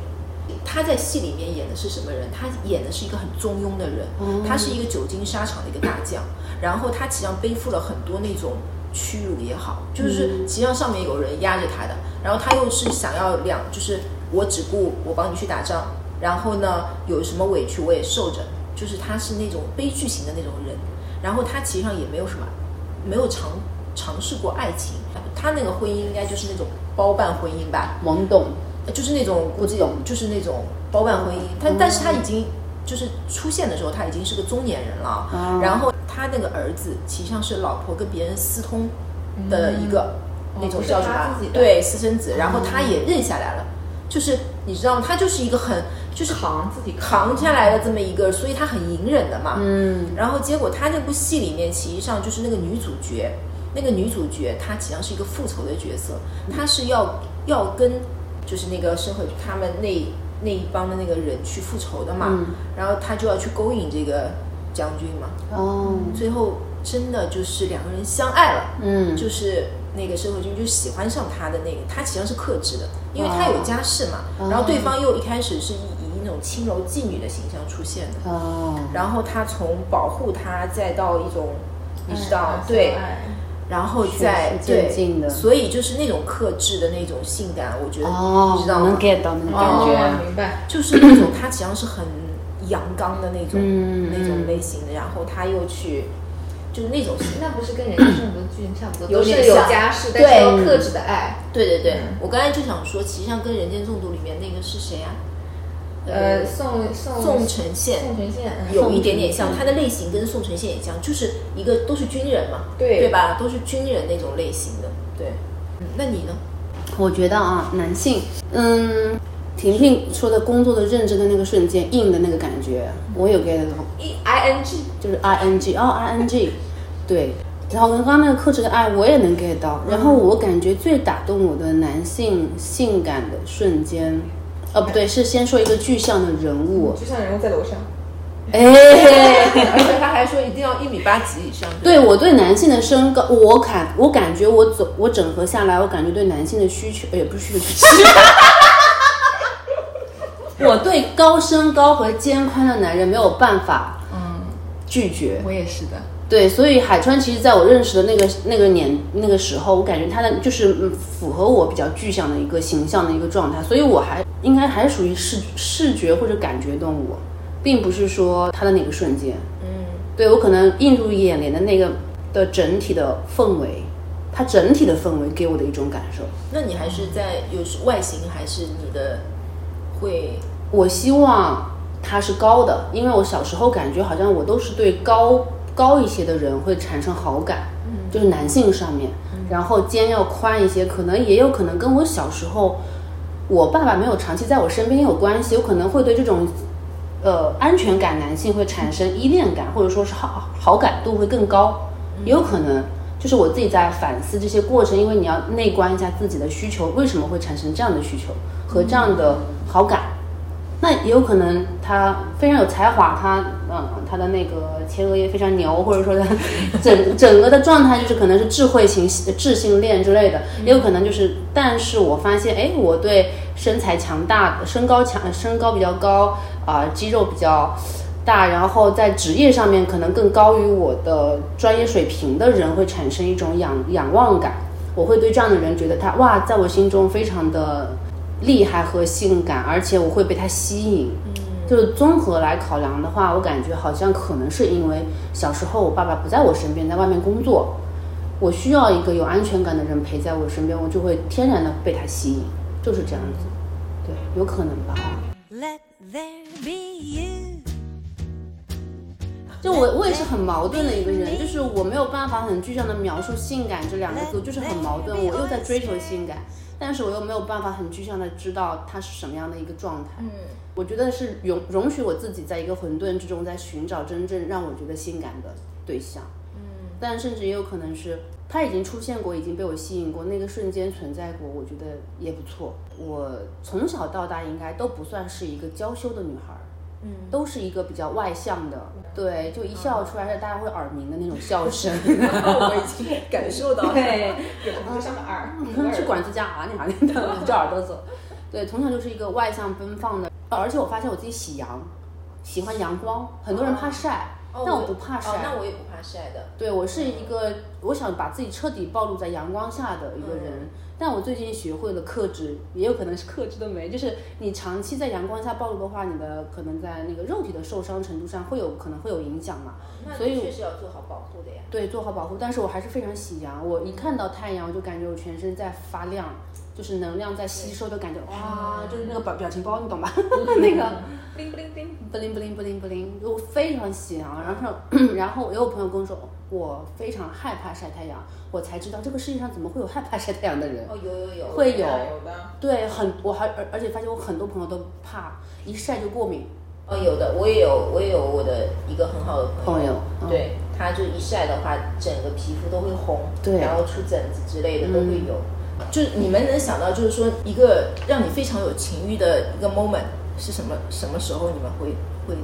S1: 他在戏里面演的是什么人？他演的是一个很中庸的人，他是一个久经沙场的一个大将，然后他其实上背负了很多那种屈辱也好，就是其实上上面有人压着他的，然后他又是想要两，就是我只顾我帮你去打仗，然后呢有什么委屈我也受着，就是他是那种悲剧型的那种人，然后他其实上也没有什么，没有尝尝试过爱情，他那个婚姻应该就是那种包办婚姻吧，
S2: 懵懂，
S1: 就是那种估计
S2: 懂
S1: 就是那种包办婚姻。他、
S4: 嗯
S1: 但是他已经就是出现的时候，他已经是个中年人了。
S4: 啊
S2: 哦
S1: 然后他那个儿子，其实上是老婆跟别人私通的一个、那种
S4: 嗯哦不是
S1: 叫什
S4: 他
S1: 么
S4: 自己？的嗯
S1: 对，私生子。然后他也认下来了，就是你知道吗？他就是一个很就是
S4: 扛自己扛
S1: 扛下来的这么一个，所以他很隐忍的嘛。
S2: 嗯，
S1: 然后结果他那部戏里面，其实上就是那个女主角，那个女主角她实际上是一个复仇的角色，她是要要跟就是那个申和他们那那一帮的那个人去复仇的嘛，
S2: 嗯
S1: 然后他就要去勾引这个将军嘛，
S2: 哦，
S1: 最后真的就是两个人相爱了，
S2: 嗯，
S1: 就是那个申慧君就喜欢上他的那个，他实际上是克制的，因为他有家室嘛，
S2: 哦
S1: 然后对方又一开始是以以那种轻柔妓女的形象出现的，
S2: 哦，
S1: 然后他从保护他，再到一种，你知道，
S2: 哎
S3: 嗯
S1: 对
S3: 相，爱
S1: 然后
S2: 循
S1: 再
S2: 序渐进
S1: 对，
S2: 的
S1: 所以就是那种克制的那种性感，我觉得、
S2: 哦，
S1: 你知道
S2: 能
S1: 吗？
S2: get 到那种感
S3: 哦
S2: 觉，
S3: 明白。
S1: 就是那种他实际上是很阳刚的那种、
S2: 嗯
S1: 那种
S2: 嗯
S1: 类型的，然后他又去就是那种
S4: 那不是跟人家圣母的剧情差不多，
S1: 有
S4: 都
S1: 点
S4: 是有
S1: 像
S4: 家室，但
S1: 对
S4: 是要克制的爱。
S1: 对对对，
S2: 嗯
S1: 我刚才就想说，其实上跟《人间中毒》里面那个是谁啊？
S3: 呃，宋宋
S1: 宋承宪
S3: 宋承宪，嗯
S1: 有一点点像，他的类型跟宋承宪也像，就是一个都是军人嘛，
S3: 对
S1: 对吧？都是军人那种类型的，对。嗯那你呢？
S2: 我觉得啊，男性，嗯，婷婷说的工作的认真的那个瞬间，硬的那个感觉，我有 get 到，
S4: E I N G，
S2: 就是 I N G 哦 I N G，对。然后刚刚那个克制的爱我也能 get 到，然后我感觉最打动我的男性性感的瞬间，哦不对，是先说一个具象的人物，
S3: 就像人物在楼上，
S2: 哎，
S1: [laughs] 而且他还说一定要一米八几以上。
S2: 对我对男性的身高，我感我感觉我总我整合下来，我感觉对男性的需求，哎也不是需求， [laughs] 我对高身高和肩宽的男人没有办法
S3: 嗯，
S2: 拒绝。
S3: 我也是的，
S2: 对，所以海川其实在我认识的那个那个年那个时候，我感觉他的就是嗯符合我比较具象的一个形象的一个状态，所以我还应该还属于视视觉或者感觉动物，并不是说他的哪个瞬间。
S1: 嗯，
S2: 对我可能映入眼帘的那个的整体的氛围，它整体的氛围给我的一种感受。
S1: 那你还是在有时外形还是你的 [laughs] 会
S2: 我希望它是高的，因为我小时候感觉好像我都是对高高一些的人会产生好感，就是男性上面，然后肩要宽一些，可能也有可能跟我小时候我爸爸没有长期在我身边有关系，有可能会对这种。呃，安全感男性会产生依恋感，或者说是好好感度会更高，也有可能就是我自己在反思这些过程，因为你要内观一下自己的需求，为什么会产生这样的需求和这样的好感，那也有可能他非常有才华，他嗯，他的那个前额叶非常牛，或者说他 [laughs] 整整个的状态就是可能是智慧型智性恋之类的，也有可能就是，但是我发现，哎，我对身材强大、身高强、身高比较高啊、肌肉比较大，然后在职业上面可能更高于我的专业水平的人，会产生一种仰仰望感。我会对这样的人觉得他哇，在我心中非常的厉害和性感，而且我会被他吸引。就是综合来考量的话，我感觉好像可能是因为小时候我爸爸不在我身边，在外面工作，我需要一个有安全感的人陪在我身边，我就会天然的被他吸引，就是这样子。对，有可能吧。
S5: Let there be you.
S2: 就我我也是很矛盾的一个人，就是我没有办法很具象的描述性感这两个字，就是很矛盾。我又在追求性感，但是我又没有办法很具象的知道它是什么样的一个状态。嗯，我觉得是容容许我自己在一个混沌之中，在寻找真正让我觉得性感的对象。嗯，但甚至也有可能是他已经出现过，已经被我吸引过，那个瞬间存在过，我觉得也不错。我从小到大应该都不算是一个娇羞的女孩儿。
S1: 嗯
S2: 都是一个比较外向的，对，就一笑出来是大家会耳鸣的那种
S1: [laughs]
S2: 笑声。
S1: 哦我已经感受到了。
S3: 对，有什么就像个耳，
S2: 去管自家啊，你哪里的，这耳朵走。对，从小就是一个外向奔放的，而且我发现我自己喜阳，喜欢阳光。很多人怕晒，
S1: 哦
S2: 但我不怕晒。
S1: 哦那我也不怕晒的。
S2: 对我是一个我想把自己彻底暴露在阳光下的一个人，但我最近学会了克制，也有可能是克制的美，就是你长期在阳光下暴露的话，你的可能在那个肉体的受伤程度上会有可能会有影响嘛。
S1: 那
S2: 所以
S1: 你
S2: 我
S1: 确实要做好保护的呀。
S2: 对，做好保护。但是我还是非常喜阳，我一看到太阳，我就感觉我全身在发亮，就是能量在吸收的感觉，
S1: 啊
S3: 嗯
S2: 哇，就是
S3: 啊
S2: 那个表表情包，你懂吧？那个。
S3: 叮叮叮，
S2: 不灵不灵不灵不灵，我非常喜阳。然后，然后也有朋友跟我说，我非常害怕晒太阳，我才知道这个世界上怎么会有害怕晒太阳的人。
S1: 哦，有有有。
S2: 会有
S3: 有的，
S2: 对，很我还而而且发现我很多朋友都怕一晒就过敏。
S1: 哦，有的，我也有，我也有我的一个很好的朋友，
S2: 朋友嗯
S1: 对，他就一晒的话，整个皮肤都会红，
S2: 对
S1: 然后出疹子之类的
S2: 嗯
S1: 都会有。就是你们能想到，就是说一个让你非常有情欲的一个 moment，是什么什么时候你们会会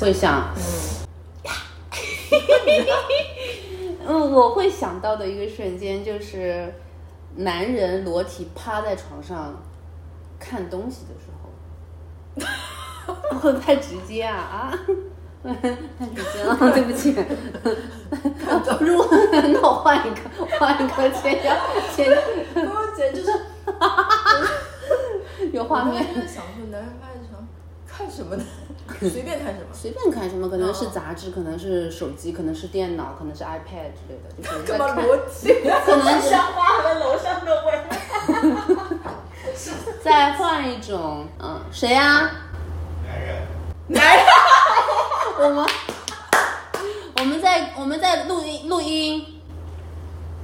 S2: 会想，
S1: [laughs]
S2: 嗯，我会想到的一个瞬间就是男人裸体趴在床上看东西的时候，会太直接啊啊！太直接了，对不起。如果那我换一个，换一个切掉，切掉，
S1: 我简直就是
S2: 有
S1: 我
S2: 画
S1: 刚才
S2: 面。
S1: 就在想说，男人趴在床看什
S3: [laughs]
S1: 么呢？随便看什么。
S2: 随便看什么，可能是杂志，可能是手机，可能是电脑，可能是 iPad 之类的，就是
S1: 干
S2: 在
S1: 嘛
S2: 看
S1: 裸 [laughs] 体？
S2: 可能是
S3: 上花和楼
S2: [laughs]
S3: 上的味。
S2: 再换一种，嗯，谁呀、
S6: 男人，
S2: 我们我们在我们在录音录音，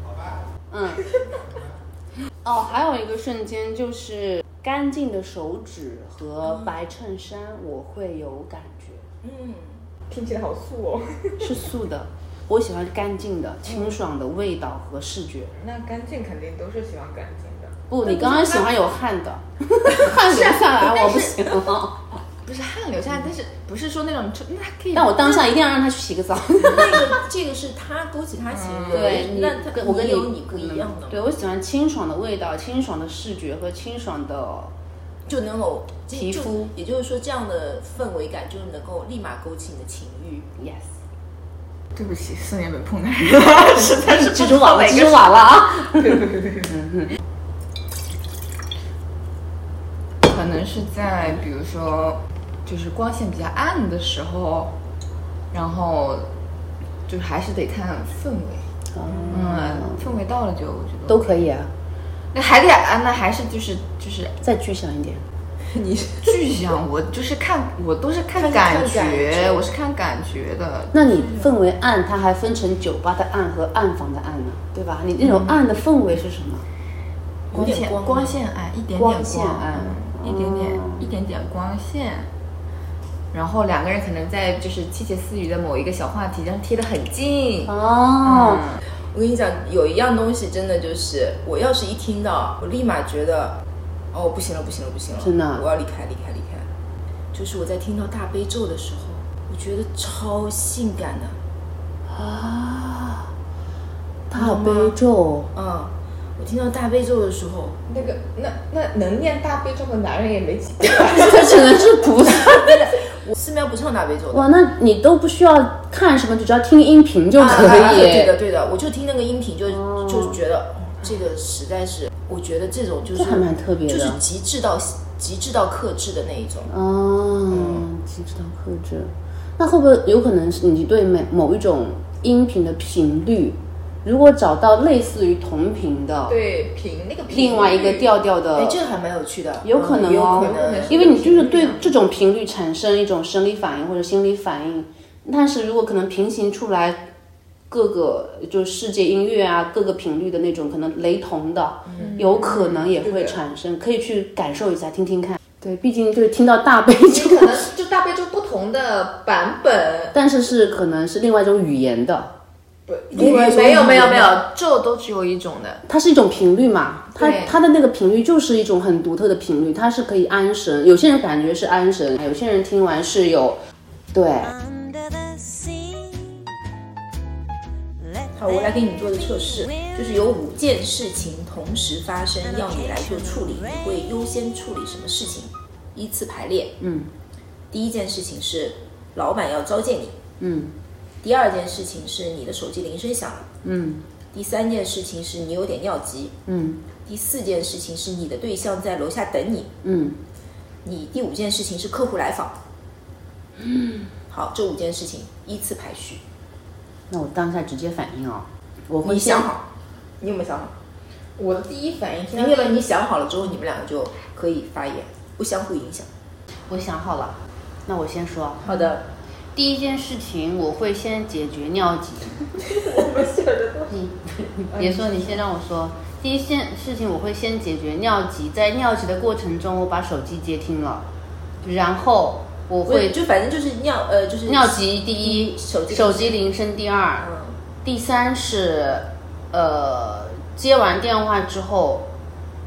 S6: 好吧，
S2: 嗯，哦，还有一个瞬间就是干净的手指和白衬衫，我会有感觉，
S1: 嗯，
S3: 听起来好素哦。
S2: 是素
S6: [laughs]
S2: 的，我喜欢干净的、清爽的味道和视觉。
S3: 那干净肯定都是喜欢干净的，
S2: 不，你刚刚喜欢有汗的，汗流下来我不行
S6: [laughs]
S2: 了。
S4: 不是汗流下来，但是不是说那种臭，那可以。
S2: 但我当下一定要让他去洗个澡。
S1: 那个这个是他勾起他情绪，
S2: 对，你
S1: 那他
S2: 跟我跟
S1: 你有你不
S2: 不
S1: 一样的，
S2: 对，我喜欢清爽的味道、清爽的视觉和清爽的，
S1: 就能够就
S2: 皮肤
S1: 就也就是说这样的氛围感就能够立马勾起你的情欲。
S2: yes。
S1: [laughs]
S3: 对不起，四年没碰男人，实在
S2: [laughs]
S3: 是
S2: 蜘蛛网了，蜘蛛网了啊！
S3: 可能是在比如说，就是光线比较暗的时候，然后就是还是得看氛围，嗯，氛围到了就我觉得
S2: 都可以啊，
S3: 那还得啊，那还是就是就是
S2: 再具象一点。
S1: 你
S3: 具象，我就是看我都是看感觉，我是看感觉的，
S2: 那你氛围暗，它还分成酒吧的暗和暗房的暗呢，对吧？你那
S1: 嗯
S2: 种暗的氛围是什么？
S1: 有
S3: 光
S1: 点
S3: 线
S1: 光
S3: 光线暗，一点点
S2: 光线暗
S3: 嗯一点点、
S2: 哦
S3: 一点点光线。然后两个人可能在就是窃窃私语的某一个小话题上贴得很近，嗯
S2: 哦，
S1: 我跟你讲，有一样东西真的就是，我要是一听到，我立马觉得，哦，不行了，不行了，不行了，
S2: 真的啊
S1: 我要离开，离开，离开。就是我在听到大悲咒的时候，我觉得超性感的、
S2: 啊，大悲
S1: [laughs]
S2: 咒，
S1: 嗯嗯，我听到大悲咒的时候，
S3: 那个那那能念大悲咒的男人也没几个，
S2: 这只能是菩萨。
S1: 我寺庙不唱大悲咒的，
S2: 哇，那你都不需要看什么，你只要听音频就可
S1: 啊啊对的，
S2: 以，
S1: 对的，我就听那个音频就，
S2: 哦
S1: 就觉得、哦这个实在是，我觉得这种就是
S2: 这还蛮特别的
S1: 就是极致到极致到克制的那一种。
S2: 哦，精致到克制。那会不会有可能是你对每某一种音频的频率，如果找到类似于同频的
S3: 对频那个频率
S2: 另外一个调调的
S1: 哎，，这个还蛮有趣的，
S2: 呃有可能
S1: 嗯有
S2: 哦，
S1: 可能。
S2: 因为你就是对这种频率产生一种生理反应或者心理反应，但是如果可能平行出来。各个就是世界音乐啊，各个频率的那种可能雷同的，有可能也
S3: 对
S2: 会
S3: 的
S2: 产生，可以去感受一下，听听看。对，毕竟就是听到大悲咒，
S3: 可能就大悲咒不同的版本，
S2: 但是是可能是另外一种语言的，
S3: 不
S1: 另外一种
S3: 没有没有
S1: 语言
S3: 没有，咒都只有一种的，
S2: 它是一种频率嘛，它
S3: 对
S2: 它的那个频率就是一种很独特的频率，它是可以安神，有些人感觉是安神，有些人听完是有，对，
S5: Under the sea. Let
S1: 好，我来给你做个测试，就是有五件事情同时发生，要你来做处理，你会优先处理什么事情？依次排列。
S2: 嗯
S1: 第一件事情是老板要召见你，
S2: 嗯
S1: 第二件事情是你的手机铃声响了，
S2: 嗯
S1: 第三件事情是你有点尿急，
S2: 嗯
S1: 第四件事情是你的对象在楼下等你，
S2: 嗯，
S1: 你第五件事情是客户来访。嗯好，这五件事情依次排序，
S2: 那我当下直接反应哦，我会
S1: 你
S2: 先
S1: 想好，你有没有想好？
S3: 我的第一反应
S1: 因为你想好了之后，你们两个就可以发言，不相互影响。
S2: 我想好了，那我先说，
S1: 好的，
S2: 第一件事情我会先解决尿
S1: [laughs]
S2: 急，你别说，你先让我说。第一件事情我会先解决尿急，在尿急的过程中，我把手机接听了，然后我
S1: 我也
S2: 会
S1: 就反正就是尿呃就是
S2: 尿急第一，
S1: 嗯手机
S2: 手机铃声第二，第三是呃接完电话之后，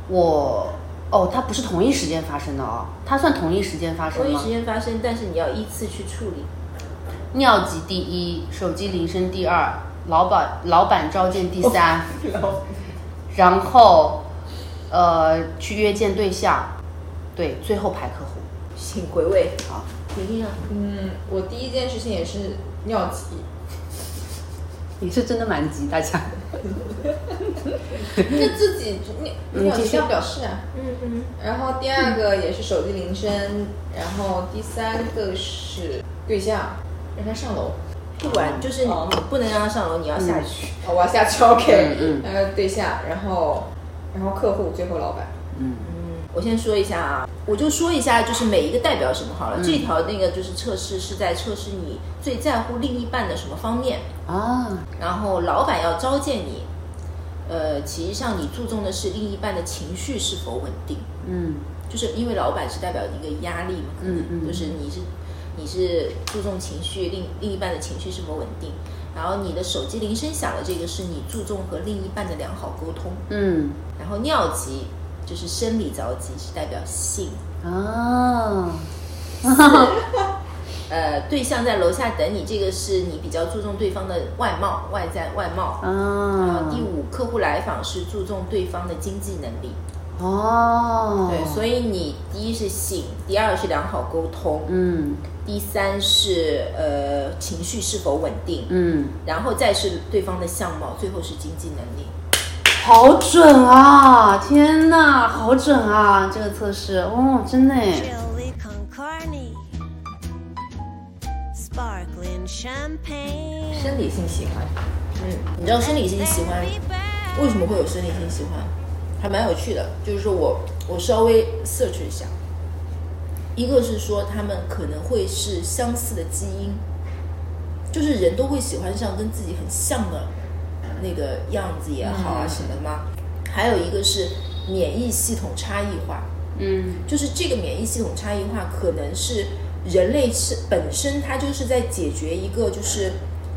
S2: 我哦哦，它不是同一时间发生的哦，它算同一时间发生
S1: 同一
S2: 吗
S1: 时？间发生，但是你要依次去处理。
S2: 尿急第一，手机铃声第二，老板老板召见第三，哦然后呃去约见对象，对，最后排客户。
S1: 请回啊味。
S2: 好，
S1: 婷婷呢？
S3: 嗯，我第一件事情也是尿急，
S2: 你是真的蛮急，大家。
S3: 就自己尿
S2: 嗯
S3: 尿
S2: 继
S3: 急
S2: 续
S3: 要表示啊。
S1: 嗯嗯，
S3: 然后第二个也是手机铃声，然后第三个是对象让他上楼，
S1: 不管就是你
S3: 哦
S1: 不能让他上楼，你要下
S2: 嗯
S1: 去。
S3: 哦，我要下去，OK，
S2: 嗯嗯
S3: 呃，对象，然后然后客户，最后老板，
S2: 嗯
S1: 我先说一下啊，我就说一下，就是每一个代表什么好了。
S2: 嗯
S1: 这条那个就是测试是在测试你最在乎另一半的什么方面，
S2: 啊，
S1: 然后老板要召见你，呃，其实上你注重的是另一半的情绪是否稳定，
S2: 嗯
S1: 就是因为老板是代表一个压力嘛，可能
S2: 嗯嗯
S1: 就是你是你是注重情绪，另另一半的情绪是否稳定，然后你的手机铃声响了，这个是你注重和另一半的良好沟通，
S2: 嗯
S1: 然后尿急就是生理着急，是代表性。
S2: 啊，
S1: 呃，对象在楼下等你，这个是你比较注重对方的外貌、外在外貌。然
S2: 啊
S1: 后第五，客户来访是注重对方的经济能力。
S2: 哦，
S1: 对，所
S2: 以
S1: 以你第一是性，第二是良好沟通，
S2: 嗯
S1: 第三是呃情绪是否稳定，
S2: 嗯，
S1: 然后再是对方的相貌，最后是经济能力。
S2: 好准啊！天哪，好准啊！这个测试，哦，真的诶
S5: Chili con carne, sparkling
S4: 嗯
S5: champagne.
S3: 生理性啊喜欢，
S1: 嗯，你知道生理性喜欢
S5: Be back.
S1: 为什么会有生理性喜欢？还蛮有趣的，就是说我我稍微 search 一下，一个是说他们可能会是相似的基因，就是人都会喜欢上跟自己很像的那个样子也好啊什么的嘛。还有一个是免疫系统差异化，
S2: 嗯
S1: 就是这个免疫系统差异化，可能是人类是本身它就是在解决一个就是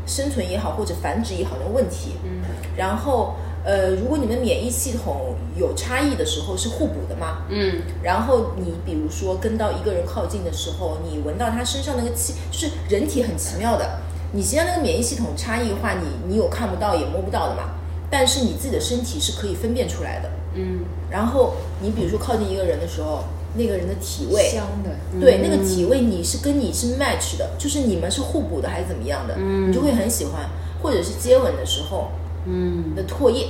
S1: 生存也好或者繁殖也好的问题。嗯，然后呃，如果你们免疫系统有差异的时候是互补的嘛。
S2: 嗯
S1: 然后你比如说跟到一个人靠近的时候，你闻到他身上那个气，就是人体很奇妙的，你其实那个免疫系统差异化，你你有看不到也摸不到的嘛，但是你自己的身体是可以分辨出来的。
S2: 嗯
S1: 然后你比如说靠近一个人的时候，那个人的体味，
S3: 香的，
S2: 嗯
S1: 对，那个体味你是跟你是 match 的，就是你们是互补的还是怎么样的，
S2: 嗯
S1: 你就会很喜欢，或者是接吻的时候，你
S2: 嗯
S1: 的唾液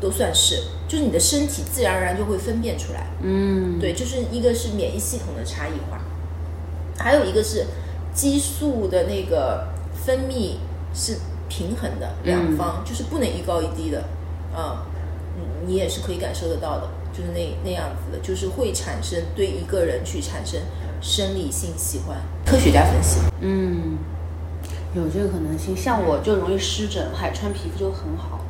S1: 都算是，就是你的身体自然而然就会分辨出来。
S2: 嗯，
S1: 对，就是一个是免疫系统的差异化，还有一个是激素的那个分泌是平衡的，两
S2: 嗯
S1: 方、就是不能一高一低的，啊、嗯，你也是可以感受得到的，就是那那样子的，就是会产生对一个人去产生生理性喜欢，科学家分析，
S2: 嗯，有这个可能性。像我就容易湿疹，海川皮肤就很
S1: [laughs]
S2: 好，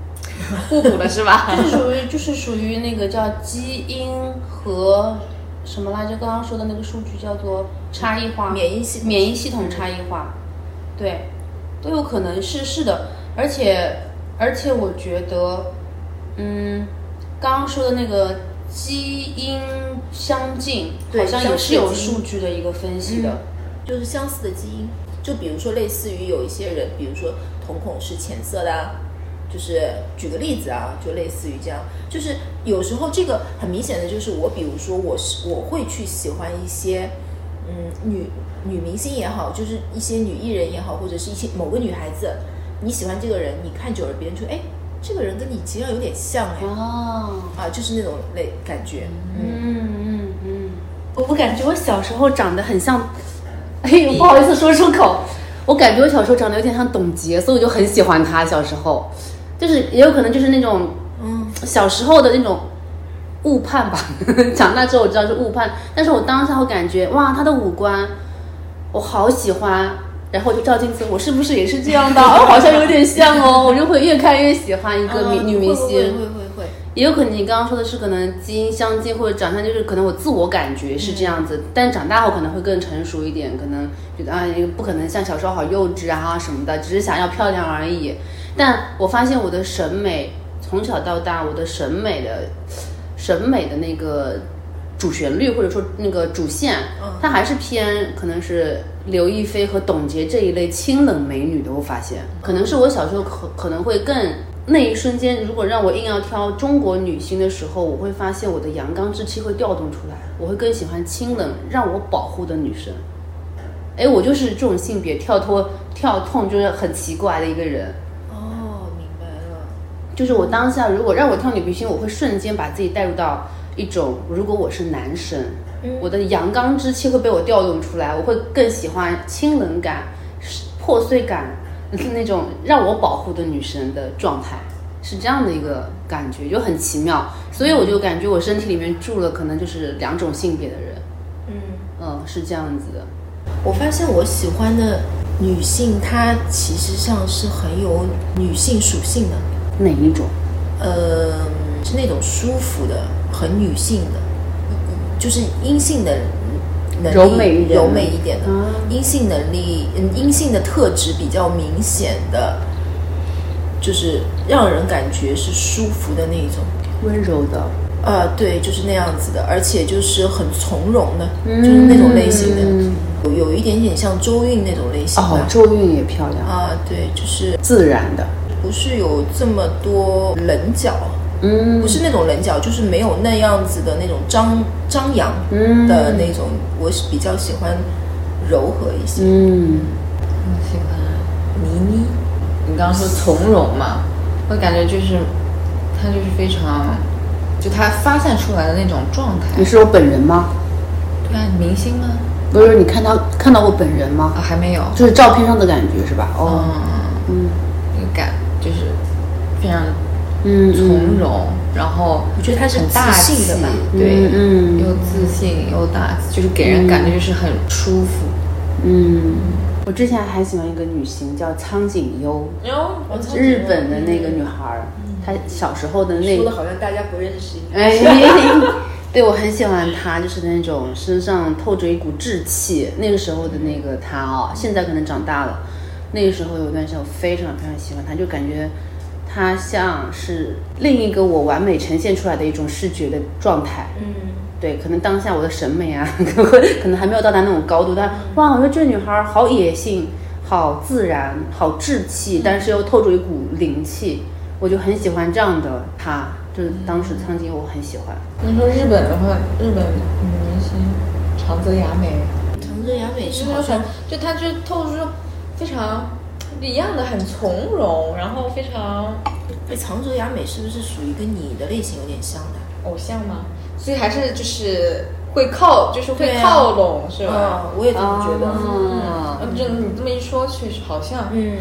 S3: 互补的是 [laughs] 吧？
S2: 就是属于就是属于那个叫基因和什么来着？刚刚说的那个数据叫做差异化
S1: 免疫系统
S2: 免疫系统差异化，对，都有可能是是的。而且而且我觉得，嗯，刚刚说的那个基因相近，
S1: 对
S2: 好像也
S1: 相
S2: 是
S1: 似基
S2: 有
S1: 因
S2: 数据的一个分析的。
S1: 就是相似的基因，就比如说类似于有一些人，比如说瞳孔是浅色的、啊，就是举个例子啊，就类似于这样，就是有时候这个很明显的就是我，比如说我是我会去喜欢一些，嗯，女女明星也好，就是一些女艺人也好，或者是一些某个女孩子，你喜欢这个人，你看久了，别人就哎，这个人跟你其实有点像哎，
S2: 哦，
S1: 啊，就是那种类感觉，嗯，
S2: 嗯嗯嗯，我我感觉我小时候长得很 [laughs] 像，哎呦，不好意思说出口，我感觉我小时候长得有点像董洁，所以我就很喜欢她。小时候，就是也有可能就是那种，嗯，小时候的那种误判吧。 [laughs] 长大之后我知道是误判，但是我当下会感觉哇，她的五官我好喜欢。然后我就照镜子，我是不是也是这样的？哦，好像有点像哦，我就会越看越喜嗯欢一个明、女明星。
S1: 嗯会会会会会，
S2: 也有可能你刚刚说的是可能基因相近或者长相，就是可能我自我感觉是这样子，但长大后可能会更成熟一点，可能觉得啊，也不可能像小时候好幼稚啊什么的，只是想要漂亮而已。但我发现我的审美从小到大，我的审美的审美的那个主旋律或者说那个主线，
S1: 嗯
S2: 它还是偏可能是刘亦菲和董洁这一类清冷美女的。我发现，可能是我小时候可可能会更那一瞬间，如果让我硬要挑中国女星的时候，我会发现我的阳刚之气会调动出来，我会更喜欢清冷让我保护的女生。哎，我就是这种性别跳脱跳痛，就是很奇怪的一个人。
S1: 哦，明白了。
S2: 就是我当下如果让我跳女明星，我会瞬间把自己带入到一种，如果我是男生，
S1: 嗯
S2: 我的阳刚之气会被我调动出来，我会更喜欢清冷感、是破碎感那种让我保护的女生的状态，是这样的一个感觉，就很奇妙。所以我就感觉我身体里面住了可能就是两种性别的人，
S1: 嗯，
S2: 嗯，是这样子的。
S1: 我发现我喜欢的女性，她其实上是很有女性属性的，
S2: 哪一种？
S1: 呃，是那种舒服的，很女性的，就是阴性的能力
S2: 柔美一点的
S1: 柔美一点的，
S2: 啊
S1: 阴性能力，嗯，阴性的特质比较明显的，就是让人感觉是舒服的那一种。
S2: 温柔的，
S1: 啊，对，就是那样子的，而且就是很从容的，
S2: 嗯
S1: 就是那种类型的，有有一点点像周韵那种类型
S2: 哦
S1: 吧，。
S2: 周韵也漂亮，
S1: 啊，对，就是
S2: 自然的，
S1: 不是有这么多棱角，
S2: 嗯
S1: 不是那种棱角，就是没有那样子的那种张张扬
S2: 嗯
S1: 的那种，我是比较喜欢柔和一些。
S2: 嗯。
S4: 我喜
S3: 啊
S4: 欢。
S1: 倪妮，
S4: 你刚刚说从容嘛，我感觉就是他就是非常，就他发散出来的那种状态
S3: 嗯
S2: 你。是我本人吗？
S4: 对啊，明星吗？
S2: 不是，你看到看到过本人吗
S4: 啊，？还没有。
S2: 就是照片上的感觉是吧？哦，
S4: 嗯，
S2: 嗯
S4: 那个感就是非常
S2: 嗯，
S4: 从容，然后
S1: 我觉得她是
S4: 很大
S1: 自信的
S4: 气
S1: 吧
S4: 对，
S2: 嗯嗯
S4: 又自信又大气，就是给人感觉就是很舒服。
S2: 嗯。我之前还喜欢一个女星叫苍井优，
S3: 哎
S1: 哟，
S2: 日本的那个女孩儿，她小时候的那
S1: 说的好像大家不认识一样。
S2: 哎，对我很喜欢她，就是那种身上透着一股稚气。那个时候的那个她哦，现在可能长大了，那个时候有段时间我非常非常喜欢她，就感觉她像是另一个我完美呈现出来的一种视觉的状态。
S1: 嗯，
S2: 对，可能当下我的审美啊， [laughs] 可能可能还没有到达那种高度，但哇，我觉得这女孩儿好野性，好自然，好稚气，但是又透着一股灵气，我就很喜欢这样的她。就是当时苍井，我很喜欢。
S3: 你说日本的话，日本女明星长泽雅美，
S1: 长泽雅美是
S3: 就是
S1: 好像
S3: 很，就她就透出非常一样的很从容，然后非常
S1: 哎，长泽雅美是不是属于跟你的类型有点像的？
S3: 偶像嘛，所以还是就是会靠，就是
S1: 对
S3: 会
S1: 啊
S3: 靠拢，是吧？
S1: 嗯，我也这么觉得。
S2: 哦
S3: 嗯，这你这么一说，确实好像，
S1: 嗯，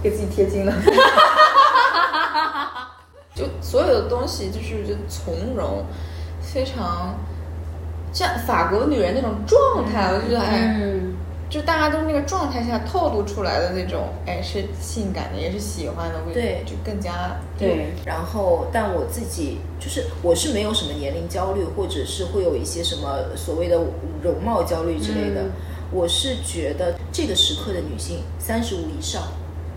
S3: 给自己贴金了。 [laughs] 就所有的东西，就是就从容，非常像法国女人那种状态，我就觉得哎，
S2: 嗯，
S3: 就大家都那个状态下透露出来的那种，哎，是性感的，也是喜欢的，我就
S1: 对
S3: 就更加
S2: 对，
S1: 然后，但我自己就是我是没有什么年龄焦虑，或者是会有一些什么所谓的容貌焦虑之类的。我是觉得这个时刻的女性，三十五以上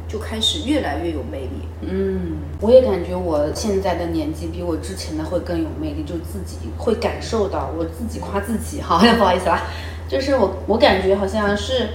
S1: 就开始越来越有魅力。
S2: 嗯，我也感觉我现在的年纪比我之前的会更有魅力，就自己会感受到，我自己夸自己，好，不好意思啊，就是我我感觉好像是，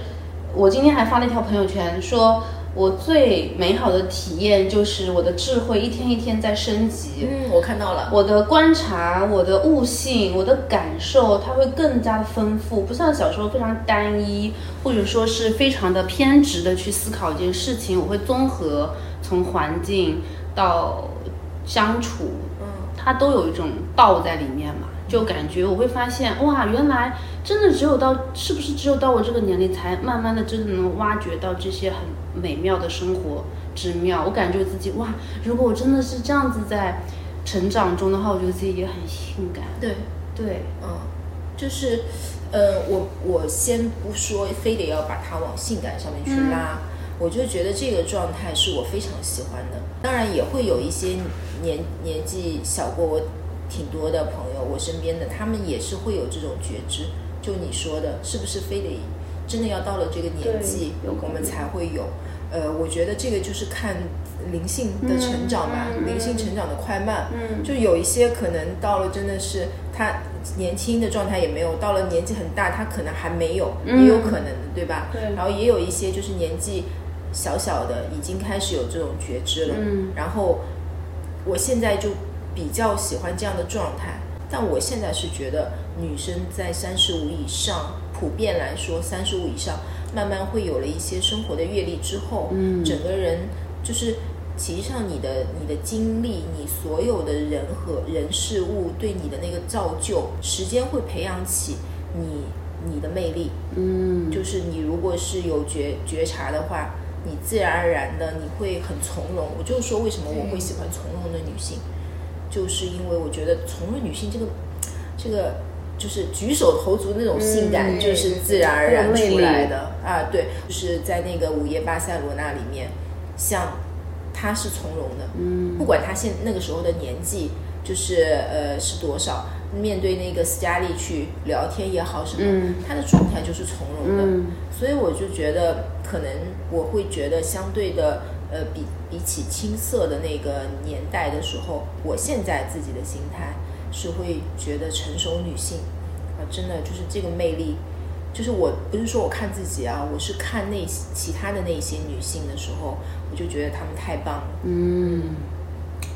S2: 我今天还发了一条朋友圈说。我最美好的体验就是我的智慧一天一天在升级，
S1: 嗯，我看到了。
S2: 我的观察、我的悟性、我的感受，它会更加的丰富，不像小时候非常单一，或者说是非常的偏执的去思考一件事情。我会综合从环境到相处，
S1: 嗯，
S2: 它都有一种道在里面嘛，就感觉我会发现，哇，原来真的只有到是不是只有到我这个年龄，才慢慢的真的能挖掘到这些很美妙的生活之妙。我感觉我自己，哇，如果我真的是这样子在成长中的话，我觉得自己也很性感。
S1: 对，
S2: 对，
S1: 嗯，就是，呃，我我先不说，非得要把它往性感上面去拉，
S2: 嗯
S1: 我就觉得这个状态是我非常喜欢的。当然也会有一些年年纪小过我挺多的朋友，我身边的他们也是会有这种觉知，就你说的，是不是非得真的要到了这个年纪
S2: 对有，可能
S1: 我们才会有？呃，我觉得这个就是看灵性的成长吧，
S2: 嗯嗯
S1: 灵性成长的快慢。
S2: 嗯
S1: 就有一些可能到了真的是他年轻的状态也没有，到了年纪很大他可能还没有，
S2: 嗯
S1: 也有可能的，对吧？
S2: 对
S1: 然后也有一些就是年纪小小的已经开始有这种觉知了。
S2: 嗯
S1: 然后我现在就比较喜欢这样的状态，但我现在是觉得女生在三十五以上，普遍来说三十五以上，慢慢会有了一些生活的阅历之后，
S2: 嗯
S1: 整个人就是。其实上，你的你的经历，你所有的人和人事物对你的那个造就，时间会培养起你你的魅力，
S2: 嗯，
S1: 就是你如果是有觉觉察的话，你自然而然的你会很从容。我就说为什么我会喜欢从容的女性，就是因为我觉得从容女性这个这个就是举手投足那种性感，
S3: 嗯
S1: 就是自然而然
S2: 很有魅
S1: 出
S2: 力
S1: 来的啊。对，就是在那个《午夜巴塞罗那》里面，像她是从容的，
S2: 嗯
S1: 不管他现那个时候的年纪，就是呃是多少，面对那个斯嘉丽去聊天也好什么，
S2: 嗯
S1: 他的状态就是从容的，
S2: 嗯
S1: 所以我就觉得可能我会觉得相对的呃比比起青涩的那个年代的时候，我现在自己的心态是会觉得成熟女性啊，真的就是这个魅力。就是我不是说我看自己啊，我是看那其他的那些女性的时候，我就觉得她们太棒了。
S2: 嗯，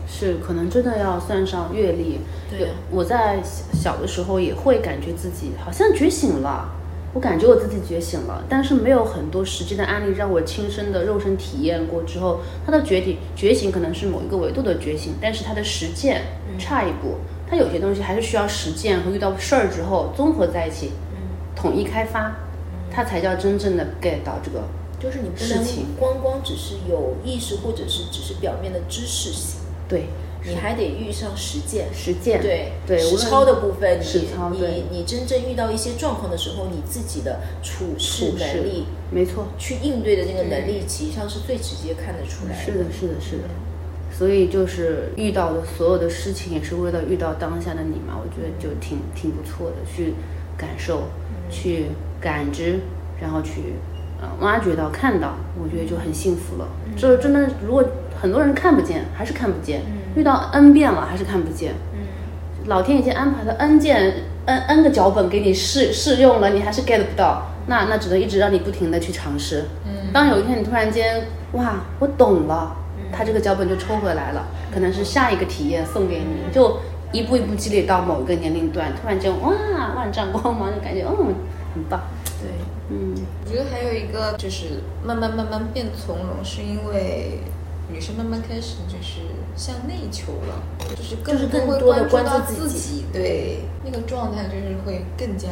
S2: 是可能真的要算上阅历。
S1: 对啊
S2: 有我在小的时候也会感觉自己好像觉醒了，我感觉我自己觉醒了，但是没有很多实际的案例让我亲身的肉身体验过之后，他的觉醒觉醒可能是某一个维度的觉醒，但是他的实践
S1: 嗯
S2: 差一步，他有些东西还是需要实践和遇到事儿之后综合在一起，
S1: 嗯
S2: 统一开发，它才叫真正的 get 到这个。
S1: 就是你不
S2: 事情
S1: 能光光只是有意识，或者是只是表面的知识性，
S2: 对，
S1: 你还得遇上实践。
S2: 实践，
S1: 对
S2: 对，无
S1: 实
S2: 论
S1: 操的部分，
S2: 实
S1: 你
S2: 操对
S1: 你你真正遇到一些状况的时候，你自己的处事
S2: 处事
S1: 能力、
S2: 没错，
S1: 去应对的这个能力，其实上是最直接看得出来
S2: 是的，是的，是的。所以就是遇到的所有的事情，也是为了遇到当下的你嘛。我觉得就挺挺不错的，去感受、
S1: 嗯
S2: 去感知，然后去呃挖掘到、看到，我觉得就很幸福了。
S1: 嗯
S2: 这真的，如果很多人看不见，还是看不见；
S1: 嗯
S2: 遇到 n 遍了，还是看不见。老天已经安排了 n 件 n n 个脚本给你试试用了，你还是 get 不到，那那只能一直让你不停的去尝试。嗯，当有一天你突然间，哇，我懂了，他这个脚本就抽回来了，可能是下一个体验送给你，就一步一步积累到某一个年龄段，突然间哇，万丈光芒，就感觉嗯，很棒，
S4: 对，
S2: 嗯
S4: 我觉得还有一个就是慢慢慢慢变从容，是因为女生慢慢开始就是向内求了，就是
S1: 就是更
S4: 会
S1: 多地
S4: 关
S1: 关
S4: 到
S1: 注
S4: 自
S1: 自己
S4: 对那个状态就是会更加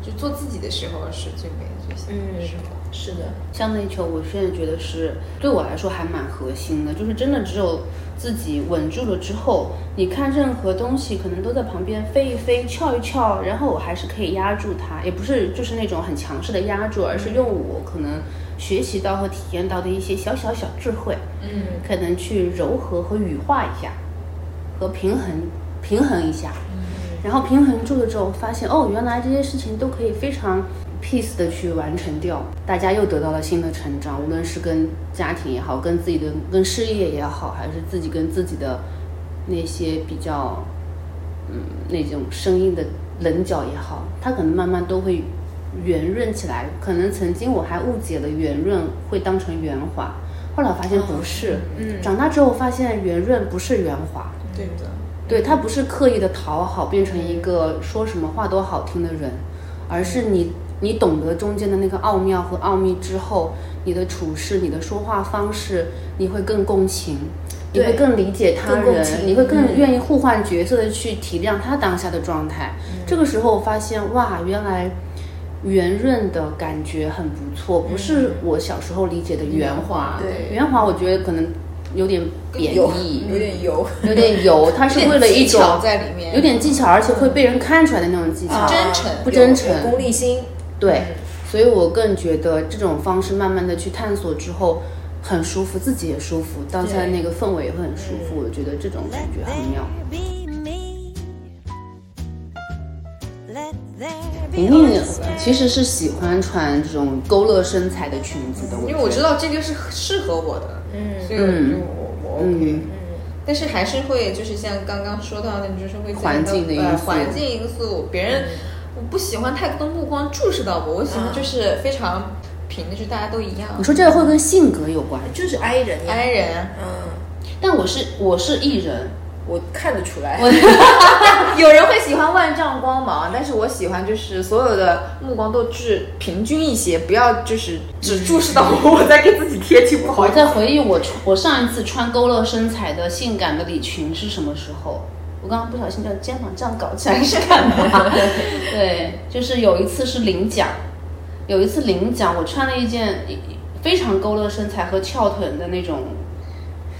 S4: 就做自己的时候是最美的最幸福的时候。
S1: 嗯是的，
S2: 向内求，我现在觉得是对我来说还蛮核心的，就是真的只有自己稳住了之后，你看任何东西可能都在旁边飞一飞、翘一翘，然后我还是可以压住它，也不是就是那种很强势的压住，而是用我可能学习到和体验到的一些小小小智慧，
S4: 嗯，
S2: 可能去柔和和羽化一下，和平衡平衡一下，然后平衡住了之后，发现哦，原来这些事情都可以非常 peace 的去完成掉，大家又得到了新的成长，无论是跟家庭也好，跟自己的跟事业也好，还是自己跟自己的那些比较，嗯，那种声音的棱角也好，它可能慢慢都会圆润起来。可能曾经我还误解了圆润会当成圆滑，后来我发现不是，
S1: 嗯
S2: 长大之后发现圆润不是圆滑，
S4: 对的，
S2: 对他不是刻意的讨好，变成一个说什么话都好听的人，而是你你懂得中间的那个奥妙和奥秘之后，你的处事、你的说话方式，你会更共情，你
S1: 对
S2: 会更理解他
S1: 更共
S2: 人，
S1: 情嗯
S2: 你会更愿意互换角色的去体谅他当下的状态。
S1: 嗯
S2: 这个时候我发现，哇，原来。圆润的感觉很不错，不是我小时候理解的圆滑。
S1: 嗯对
S2: 圆滑我觉得可能有点贬
S1: 油
S2: 义，
S1: 有点油，
S2: 有点油，它是为了一种
S4: 有点技巧在里面
S2: 有点技巧，而且会被人看出来的那种技巧，
S1: 啊
S4: 真诚
S2: 不真诚，
S1: 有功利心，
S2: 对，所以我更觉得这种方式慢慢的去探索之后，很舒服，自己也舒服，当下的那个氛围也会很舒服，我觉得这种感
S5: Let
S2: 觉很妙。
S5: there be me. Let there
S2: 宁
S5: be
S2: 宁
S5: us.
S2: 其实是喜欢穿这种勾勒身材的裙子的，
S4: 因为
S2: 我
S4: 我
S2: 觉
S4: 知
S2: 得
S4: 道这个是适合我的，
S1: 嗯
S4: 所以我就我我 OK，、
S2: 嗯
S1: 嗯
S4: 但是还是会就是像刚刚说到的，你就是会
S2: 环境的因素
S4: 呃环境因嗯素，别人我不喜欢太多目光注视到我，我喜欢就是非常平啊的，就是大家都一样。
S2: 你说这个会跟性格有关，
S1: 就是 I 人呀
S4: i 人，
S1: 嗯，
S2: 但我是我是艺人，
S1: 我看得出来，
S4: [laughs] 有人会喜欢万丈光芒，但是我喜欢就是所有的目光都至平均一些，不要就是只注视到我，我在给自己贴金，不好
S2: 我
S4: 意思。
S2: 在回忆我穿我上一次穿勾勒身材的性感的礼裙是什么时候？我刚刚不小心将肩膀这样搞起来是干嘛？ [laughs] 对，就是有一次是领奖，有一次领奖，我穿了一件非常勾勒身材和翘臀的那种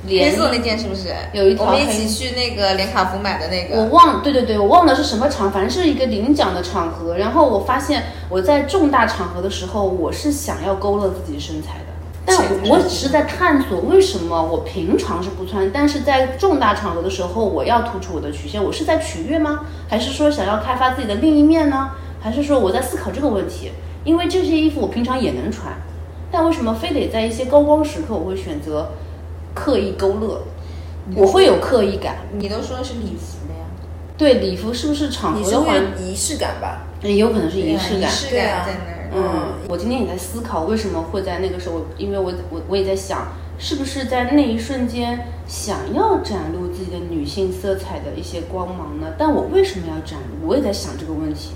S4: 黑
S2: 连衣
S4: 色那件是不是？
S2: 有一条
S4: 我们一
S2: 黑
S4: 起去那个连卡福买的那
S2: 我
S4: 个，
S2: 忘，对对对，我忘了是什么场，反正是一个领奖的场合。然后我发现我在重大场合的时候，我是想要勾勒自己身材的，但我我只是在探索为什么我平常是不穿，但是在重大场合的时候，我要突出我的曲线。我是在取悦吗？还是说想要开发自己的另一面呢？还是说我在思考这个问题？因为这些衣服我平常也能穿，但为什么非得在一些高光时刻我会选择刻意勾勒？我会有刻意感。
S4: 你都说是礼服了呀，
S2: 对礼服是不是场
S1: 你
S2: 合
S1: 是
S2: 的话
S1: 会，有仪式感吧？
S2: 也有可能是仪式
S4: 对啊
S2: 感
S4: 仪。式
S1: 对
S4: 感
S1: 啊
S4: 在那儿。
S2: 嗯，我今天也在思考为什么会在那个时候，因为我我我也在想，是不是在那一瞬间想要展露自己的女性色彩的一些光芒呢？但我为什么要展露？我也在想这个问题，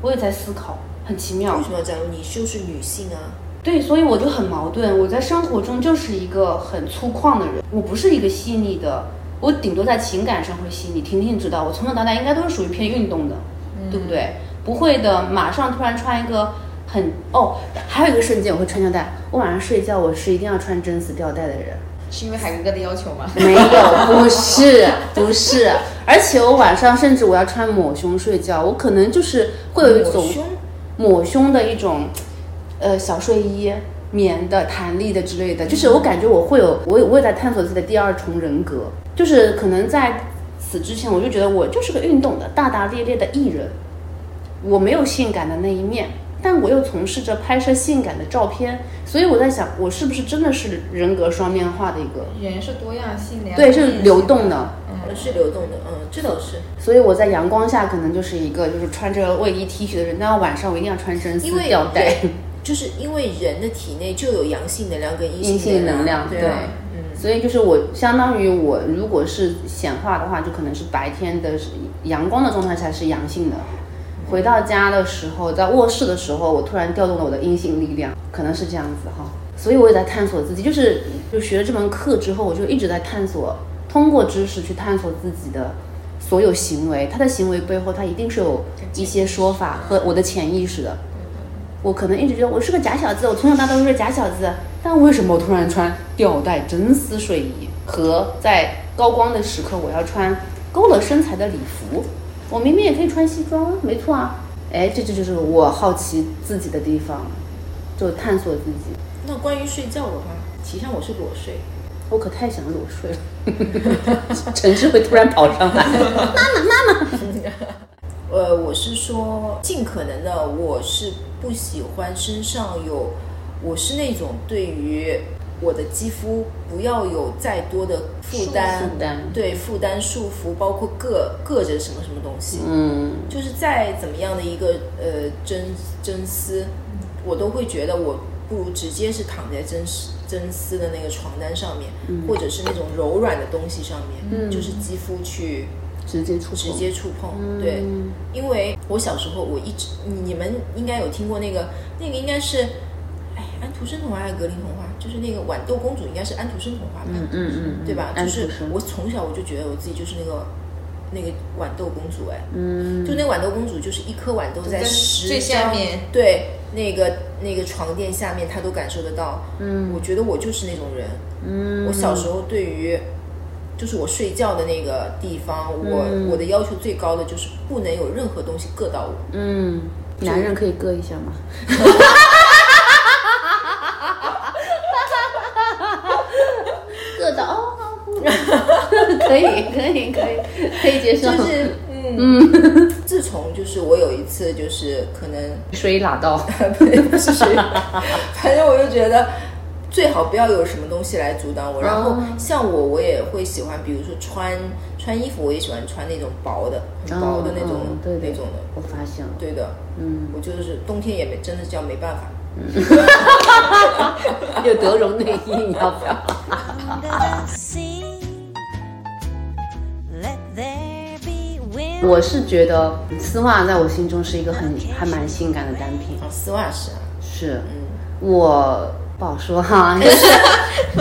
S2: 我也在思考，很奇妙
S1: 为。什么要这样？你就是女性啊，
S2: 对，所以我就很矛盾。我在生活中就是一个很粗犷的人，我不是一个细腻的，我顶多在情感上会细腻。婷婷知道，我从小到大应该都是属于偏运动的，
S1: 嗯
S2: 对不对？不会的，马上突然穿一个很哦，还有一个瞬间我会穿吊带。我晚上睡觉我是一定要穿真丝吊带的人。
S4: 是因为海哥哥的要求吗？
S2: 没有，不是，不是，而且我晚上甚至我要穿抹胸睡觉，我可能就是会有一种
S1: 抹胸
S2: 抹胸的一种，呃，小睡衣，棉的、弹力的之类的，就是我感觉我会有，我也我也在探索自己的第二重人格，就是可能在此之前我就觉得我就是个运动的、大大咧咧的艺人，我没有性感的那一面，但我又从事着拍摄性感的照片，所以我在想，我是不是真的是人格双面化的一个？
S4: 人是多样性的呀，嗯
S2: 对，是流动的。
S1: 呃是流动的，嗯，这倒是。
S2: 所以我在阳光下可能就是一个就是穿着卫衣 T 恤的人，但晚上我一定要穿真丝
S1: 因为
S2: 吊带，
S1: 人就是因为人的体内就有阳性能量跟
S2: 阴
S1: 阴
S2: 性能
S1: 能
S2: 量
S1: 对
S2: 对
S1: 啊，嗯，
S2: 所以就是我相当于我如果是显化的话，就可能是白天的是阳光的状态下是阳性的，回到家的时候，在卧室的时候，我突然调动了我的阴性力量，可能是这样子哈。所以我也在探索自己，就是就学了这门课之后，我就一直在探索，通过知识去探索自己的所有行为，他的行为背后，他一定是有一些说法和我的潜意识的。我可能一直觉得我是个假小子，我从小到大都是个假小子，但为什么我突然穿吊带真丝睡衣和在高光的时刻我要穿勾勒身材的礼服？我明明也可以穿西装，没错啊。哎，这这就是我好奇自己的地方，就探索自己。
S1: 那关于睡觉的话，其实上我是裸睡，
S2: 我可太想裸睡了， [laughs] 城市会突然跑上来。
S1: 呃，我是说尽可能的，我是不喜欢身上有，我是那种对于我的肌肤不要有再多的负担，
S2: 负担
S1: 对负担束缚，包括硌硌着什么什么东西，
S2: 嗯，
S1: 就是再怎么样的一个呃真真丝，我都会觉得我不如直接是躺在真丝真丝的那个床单上面，或者是那种柔软的东西上面，
S2: 嗯
S1: 就是肌肤去
S2: 直接触
S1: 直
S2: 碰
S1: 接触碰。
S2: 嗯
S1: 对，因为我小时候我一直你你们应该有听过那个那个应该是。哎，安徒生童话还是格林童话？就是那个豌豆公主，应该是安徒生童话吧？
S2: 嗯嗯嗯，
S1: 对吧？
S2: 安
S1: 就
S2: 徒
S1: 是
S2: 生
S1: 我从小我就觉得我自己就是那个那个豌豆公主，哎，
S2: 嗯，
S1: 就那豌豆公主，就是一颗豌豆在
S4: 在
S1: 十
S4: 最下
S1: 张
S4: 面，
S1: 对，那个那个床垫下面，她都感受得到。
S2: 嗯
S1: 我觉得我就是那种人。
S2: 嗯
S1: 我小时候对于就是我睡觉的那个地方，我、
S2: 嗯
S1: 我的要求最高的就是不能有任何东西硌到我。
S2: 嗯，男人可以割一下 [laughs] 吗？割到哦， [laughs] 可以可以可以可以接受，
S1: [laughs] 就是嗯，自从就是我有一次就是可能 [laughs]
S2: 水拉到，
S1: 不是，反正我就觉得最好不要有什么东西来阻挡我。然后
S2: 哦
S1: 像我，我也会喜欢，比如说穿穿衣服，我也喜欢穿那种薄的、很薄的那种、
S2: 嗯嗯对对
S1: 那种的。
S2: 我发现了，
S1: 对的，
S2: 嗯，
S1: 我就是冬天也没真的叫没办法。
S2: 有德绒内衣，你要不要？
S5: under the sea. Let there be
S2: [laughs]
S5: wind.
S2: 我是觉得丝袜在我心中是一个很还蛮性感的单品，
S1: 啊，丝袜是啊，
S2: 是
S1: 嗯，
S2: 我不好说 [laughs] 哈、但是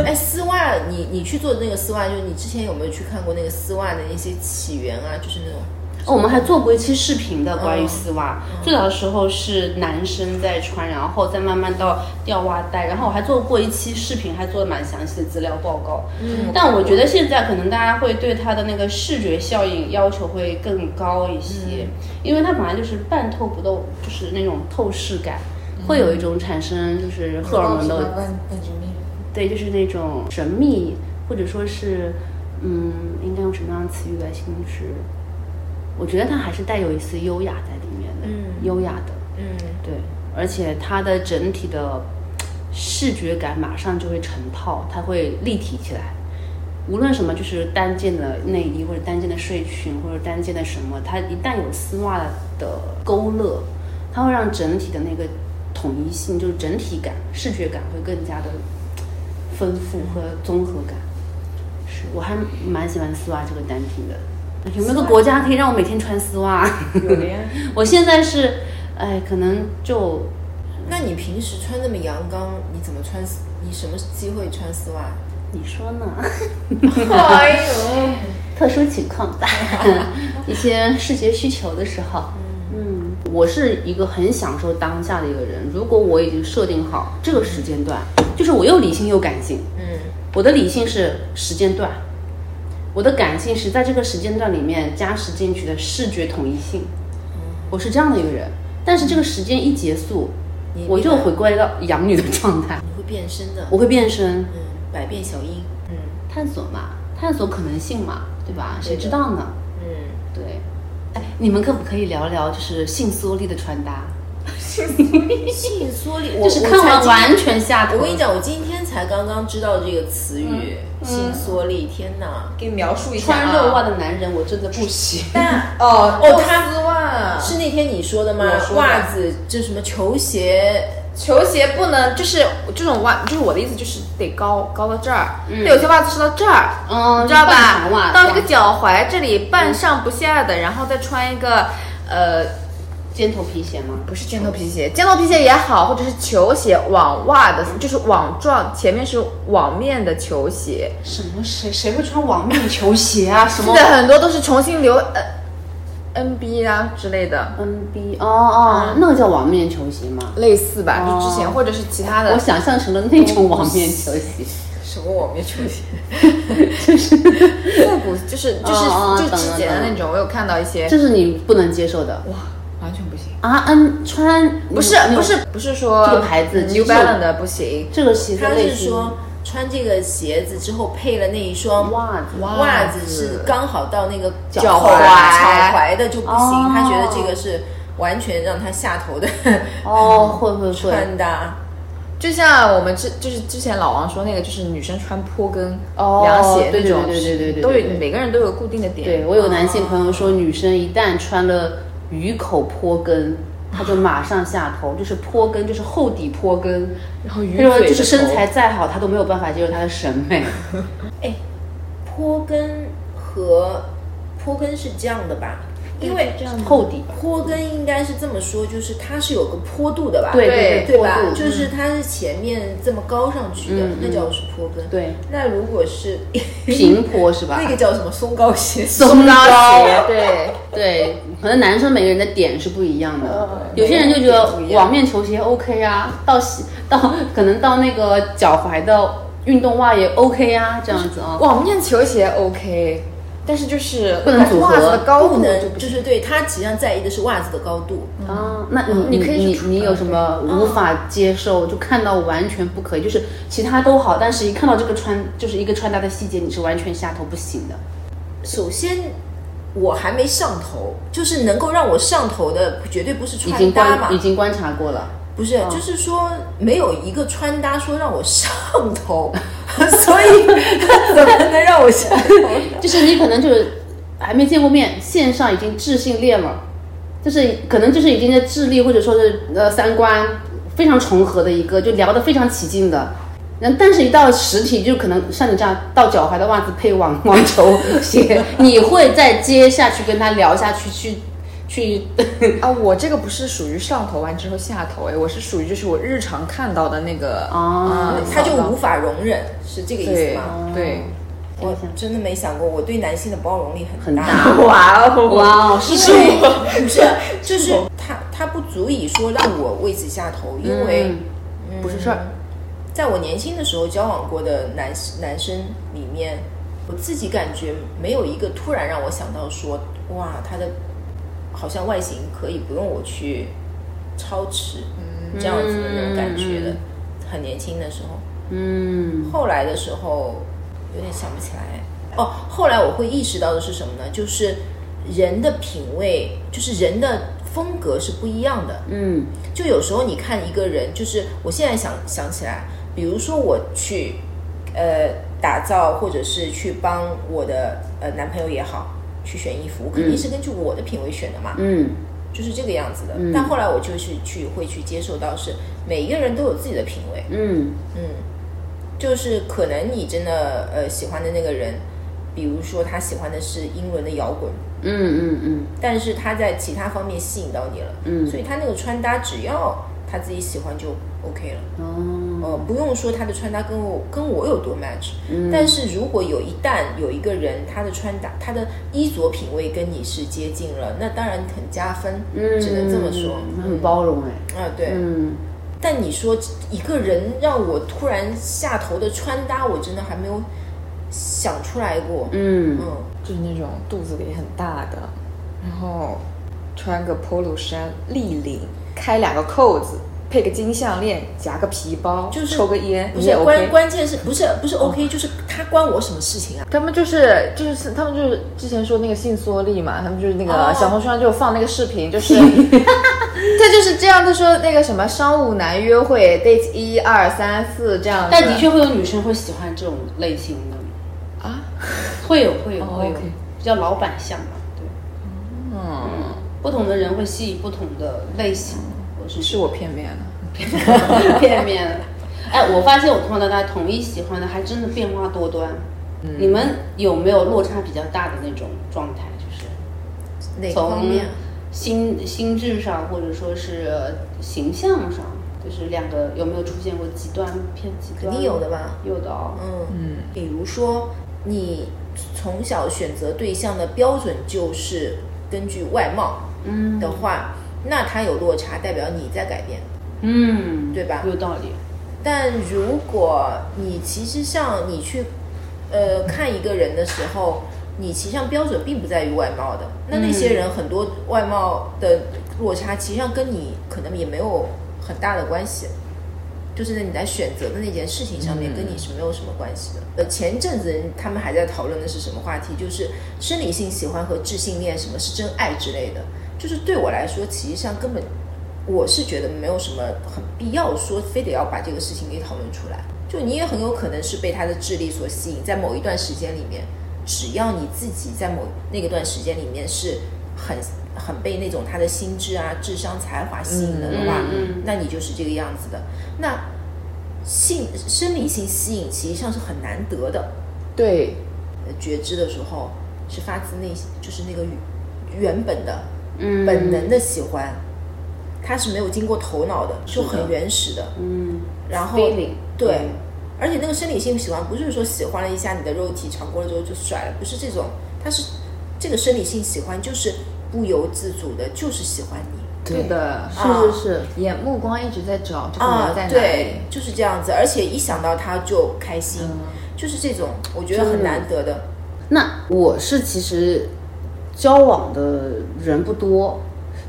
S1: 哎，丝袜，你你去做的那个丝袜，就是你之前有没有去看过那个丝袜的一些起源啊？就是那种
S2: 哦，我们还做过一期视频的关于丝袜，最早的时候是男生在穿，然后再慢慢到吊袜带，然后我还做过一期视频，还做了蛮详细的资料报告。嗯，但我觉得现在可能大家会对它的那个视觉效应要求会更高一些，因为它本来就是半透不透，就是那种透视感。会有一种产生就是荷尔嗯蒙的
S3: 本质命。
S2: 对，就是那种神秘，或者说是，嗯，应该用什么样的词语来形容？就是，我觉得它还是带有一丝优雅在里面的，
S1: 嗯
S2: 优雅的，
S1: 嗯，
S2: 对，而且它的整体的视觉感马上就会成套，它会立体起来。无论什么，就是单件的内衣，或者单件的睡裙，或者单件的什么，它一旦有丝袜的勾勒，它会让整体的那个统一性，就是整体感、视觉感会更加的丰富和综合感。是我还蛮喜欢丝袜这个单品的。有没有个国家可以让我每天穿丝袜？
S3: 有的呀，
S2: [laughs] 我现在是，哎，可能就
S1: 那你平时穿那么阳刚，你怎么穿丝？你什么机会穿丝袜？
S2: 你说呢？
S3: 哎呦，
S2: 特殊情况吧， [laughs] 一些视觉需求的时候。嗯，我是一个很享受当下的一个人。如果我已经设定好这个时间段，就是我又理性又感性。
S1: 嗯
S2: 我的理性是时间段，我的感性是在这个时间段里面加时进去的视觉统一性。我是这样的一个人，但是这个时间一结束
S1: 你，
S2: 我就回归到养女的状态，
S1: 你会变身的，
S2: 我会变身。
S1: 嗯，百变小樱，嗯
S2: 探索嘛，探索可能性嘛，对吧？
S1: 对的
S2: 谁知道呢？
S1: 嗯，
S2: 对，哎，你们可不可以聊聊就是性缩力的穿搭？
S1: 性缩力，我
S2: 就是看
S1: 我才
S2: 完
S1: 今
S2: 完全下头。
S1: 我跟你，讲，我今天才刚刚知道这个词语“
S2: 嗯
S1: 性缩力”，天哪！
S3: 给你描述一下
S2: 穿
S3: 啊
S4: [laughs]
S2: 肉袜的男人我真的不 [laughs] 行。
S1: 但
S3: 哦
S1: 哦
S3: 肉
S1: 他
S3: 丝袜
S1: 是那天你说的吗
S3: 我？说的
S1: 袜子，这什么球鞋？
S4: 球鞋不能就是这种袜，就是我的意思就是得高高到这儿，对，有些袜子是到这儿，
S2: 嗯 [laughs]
S4: 你知道
S2: 半长袜
S4: 吧？
S2: 子
S4: 到这个脚踝这里半上不下的，然后再穿一个呃
S2: 尖头皮鞋吗？
S4: 不是尖头皮鞋，尖头皮鞋也好，或者是球鞋网袜的，就是网状，前面是网面的球鞋。
S2: 什么谁谁会穿网面球鞋啊？什
S4: 现
S2: 么
S4: 在很多都是重新流呃 NB 啊之类的，
S2: NB？哦哦，那个叫网面球鞋吗？
S4: 类似吧，
S2: 哦
S4: 就之前或者是其他的
S2: 我。想象成了那种网面球鞋，
S1: 什么网面球鞋？
S4: 复古就是就是
S2: 哦哦
S4: 就
S2: 懂了
S4: 之前的那种，我有看到一些
S2: [laughs] 这是你不能接受的
S4: 哇，完全不行。
S2: 啊！嗯，穿
S4: 不是不是不是说嗯
S2: 这个牌子
S4: ，New
S2: 只是
S4: Balance 的不行，
S2: 这个鞋
S1: 他
S2: 的类
S1: 是
S2: 型，
S1: 说穿这个鞋子之后配了那一双
S2: 袜子
S1: 袜子是刚好到那个
S2: 脚
S1: 踝
S4: 踝
S1: 脚踝的就不行
S2: 哦，
S1: 他觉得这个是完全让他下头的
S2: 哦，会会会，
S1: 穿搭。
S4: 就像我们之就是之前老王说那个，就是女生穿坡跟
S2: 哦
S4: 凉鞋
S2: 对
S4: 那种，
S2: 对对对对对
S4: 都
S2: 对
S4: 有
S2: 对
S4: 每个人都有固定的点。
S2: 对我有个男性朋友说，女生一旦穿了鱼口坡跟，她就马上下头，就是坡跟，就是厚底坡跟。
S4: 然后鱼
S2: 他说
S4: 嘴
S2: 就是身
S4: 的头
S2: 材再好，她都没有办法接受她的审美。
S1: 坡跟和坡跟是这样的吧？因为
S4: 这样
S2: 厚底吧，
S1: 坡跟应该是这么说，就是它是有个坡度的吧？
S2: 对
S4: 对
S2: 对
S1: 对吧？
S2: 坡度
S1: 就是它是前面这么高上去的
S2: 嗯，
S1: 那叫是坡跟。，
S2: 对
S1: 那如果
S2: [laughs]
S1: 是
S2: 平坡是吧？
S1: 那个叫什么松糕鞋？
S2: 松糕
S4: 鞋，对，
S2: 对，可能男生每个人的点是不一样的，有些人就觉得网面球鞋 OK 啊，到膝到可能到那个脚踝的运动袜也 OK 啊，这样子啊。
S4: 网面球鞋 OK，但是就是
S2: 不能组合
S4: 袜子的高度
S1: 不
S4: 就
S1: 能，
S4: 不
S1: 就
S4: 行。
S1: 是对他实际上在意的是袜子的高度。
S2: 啊，那你
S4: 你可以
S2: 你
S4: 去
S2: 你有什么无法接受？就看到完全不可以，就是其他都好，但是一看到这个穿就是一个穿搭的细节，你是完全下头不行的。
S1: 首先，我还没上头，就是能够让我上头的，绝对不是
S2: 已
S1: 穿
S2: 经
S1: 搭嘛
S2: 观已。经观察过了，
S1: 不是，
S2: 嗯
S1: 就是说没有一个穿搭说让我上
S2: [laughs]
S1: 头，所以怎么能让我上头呢？
S2: 就是你可能就是还没见过面，线上已经智性恋了，就是可能就是已经在智力或者说是呃三观非常重合的一个，就聊得非常起劲的。然后但是，一到实体就可能像你这样到脚踝的袜子配网网球鞋，你会再接下去跟他聊下去，去去
S4: 啊，我这个不是属于上头完之后下头哎，我是属于就是我日常看到的那个
S2: 哦
S4: 啊，
S1: 他就
S4: 扫到
S1: 无法容忍，是这个意思
S4: 对
S1: 吗？ [laughs]
S4: 对，
S1: 我真的没想过，我对男性的包容力
S2: 很
S1: 大
S2: 大。
S4: 哇哦
S2: 哇哦， [laughs] 是
S1: 对，不是，就是他他不足以说让我为此下头，因为、
S2: 嗯
S4: 不是事儿，
S1: 在我年轻的时候交往过的男男生里面，我自己感觉没有一个突然让我想到说，哇，他的好像外形可以不用我去操持，嗯这样子的那种感觉的，
S2: 嗯
S1: 很年轻的时候，
S2: 嗯
S1: 后来的时候有点想不起来。哦，后来我会意识到的是什么呢？就是人的品味，就是人的风格是不一样的。
S2: 嗯
S1: 就有时候你看一个人，就是我现在想想起来，比如说我去呃打造，或者是去帮我的呃男朋友也好去选衣服，我肯定是根据我的品味选的嘛，
S2: 嗯
S1: 就是这个样子的。
S2: 嗯
S1: 但后来我就是去会去接受到是每一个人都有自己的品味，
S2: 嗯
S1: 嗯，就是可能你真的呃喜欢的那个人，比如说他喜欢的是英伦的摇滚，
S2: 嗯嗯嗯
S1: 但是他在其他方面吸引到你了，
S2: 嗯
S1: 所以他那个穿搭只要他自己喜欢就 OK 了，
S2: 哦，
S1: 呃，不用说他的穿搭跟我跟我有多 match，、
S2: 嗯
S1: 但是如果有一旦有一个人他的穿搭他的衣着品味跟你是接近了，那当然很加分，
S2: 嗯
S1: 只能这么说，
S2: 很包容哎，
S1: 啊对，
S2: 嗯。
S1: 但你说一个人让我突然下头的穿搭，我真的还没有想出来过，
S2: 嗯
S1: 嗯
S4: 就是那种肚子里很大的，然后穿个 polo 衫，立领，开两个扣子，配个金项链，夹个皮包，
S1: 就是
S4: 抽个烟，
S1: 不
S4: 你也
S1: 是
S4: OK 哦
S1: 关关键是不是不是 OK，、就是他关我什么事情啊？
S4: 他们就是就是他们就是之前说那个性缩力嘛，他们就是那
S1: 哦
S4: 个小红书上就有放那个视频，就是他就是这样，他说那个什么商务男约会 date 一二三四这样子，
S2: 但的确会有女生会喜欢这种类型的，
S4: 啊，
S2: 会有会有
S4: 哦
S2: 会有
S4: OK，
S2: 比较老板像吧，对，
S4: 嗯，
S2: 不同的人会吸引不同的类型，我是
S4: 是我片面啊了，
S2: [laughs] 片面的。哎，我发现我碰到大家统一喜欢的还真的变化多端。
S4: 嗯
S2: 你们有没有落差比较大的那种状态？就是
S1: 哪个方
S2: 从
S1: 面？啊
S2: 心心智上，或者说是形象上，就是两个有没有出现过极端偏极端？
S1: 肯定有的，吧？
S2: 有的哦。
S1: 嗯，
S4: 嗯，
S1: 比如说你从小选择对象的标准就是根据外貌
S2: 嗯
S1: 的话，那他有落差，代表你在改变。
S2: 嗯，
S1: 对吧
S2: 有道理。
S1: 但如果你其实上你去，呃，看一个人的时候，你其实上标准并不在于外貌的，那那些人很多外貌的落差，其实上跟你可能也没有很大的关系，就是你在选择的那件事情上面跟你是没有什么关系的。呃，前一阵子他们还在讨论的是什么话题，就是生理性喜欢和智性恋什么是真爱之类的，就是对我来说，其实上根本我是觉得没有什么很必要说非得要把这个事情给讨论出来。就你也很有可能是被他的智力所吸引，在某一段时间里面，只要你自己在某那个段时间里面是很很被那种他的心智啊、智商、才华吸引的的话，
S2: 嗯嗯嗯
S1: 那你就是这个样子的。那性生理性吸引其实上是很难得的，
S4: 对，
S1: 呃觉知的时候是发自内心，就是那个原本的
S2: 嗯，
S1: 本能的喜欢，它是没有经过头脑的，就很原始的。
S2: 嗯，
S1: 然后
S2: feeling，嗯
S1: 对，而且那个生理性喜欢不是说喜欢了一下你的肉体，尝过了之后就甩了，不是这种，它是这个生理性喜欢就是不由自主的，就是喜欢你
S4: 对的，
S1: 啊
S2: 嗯是是是，
S4: 眼目光一直在找这个
S1: 啊
S4: 人在，哪
S1: 对
S4: 里，，
S1: 就是这样子，而且一想到他就开心，就是这种，我觉得很难得的。
S2: 那我是其实交往的人不多，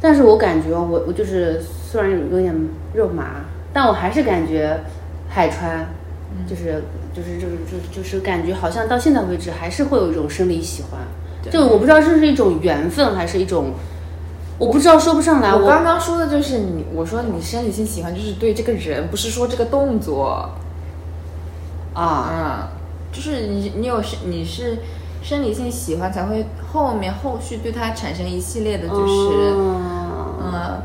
S2: 但是我感觉我我就是虽然有点肉麻，但我还是感觉海川就是就是就是就是就是感觉好像到现在为止还是会有一种生理喜欢，就我不知道这是一种缘分还是一种我不知道说不上来，
S4: 我
S2: 我
S4: 刚刚说的就是你，我说你生理性喜欢就是对这个人，不是说这个动作。
S2: 啊，
S4: 嗯，就是你你有是你是生理性喜欢，才会后面后续对他产生一系列的就是、
S2: 嗯，
S4: 嗯，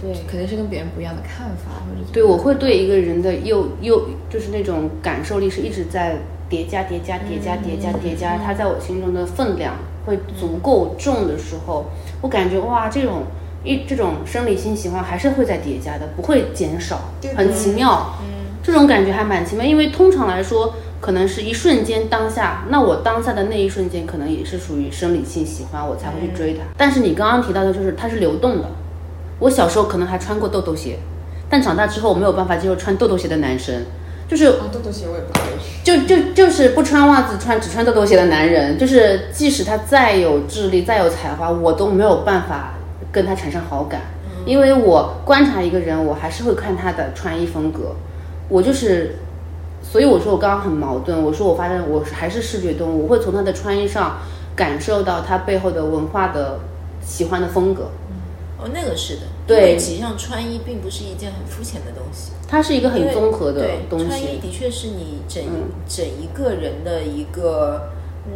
S2: 对
S4: 肯定是跟别人不一样的看法，或者怎么
S2: 对，我会对一个人的又又就是那种感受力是一直在叠加叠加叠加叠加叠加，它在我心中的分量会足够重的时候，我感觉哇，这种一这种生理性喜欢还是会在叠加的，不会减少，很奇妙。
S1: 嗯，
S2: 这种感觉还蛮奇妙，因为通常来说，可能是一瞬间当下，那我当下的那一瞬间，可能也是属于生理性喜欢，我才会去追它。但是你刚刚提到的，就是它是流动的。我小时候可能还穿过豆豆鞋，但长大之后我没有办法接受穿豆豆鞋的男生，就是
S3: 啊，豆豆鞋我也不会。
S2: 就就就是不穿袜子穿只穿豆豆鞋的男人，就是即使他再有智力再有才华，我都没有办法跟他产生好感，因为我观察一个人，我还是会看他的穿衣风格，我就是，所以我说我刚刚很矛盾，我说我发现我还是视觉动物，我会从他的穿衣上感受到他背后的文化的喜欢的风格，
S1: 哦，那个是的，
S2: 对
S1: 因为其实上穿衣并不是一件很肤浅的东西，
S2: 它是一个
S1: 因
S2: 很
S1: 为
S2: 综合的
S1: 对
S2: 东
S1: 穿衣
S2: 西，
S1: 的确是你整、
S2: 嗯
S1: 整一个人的一个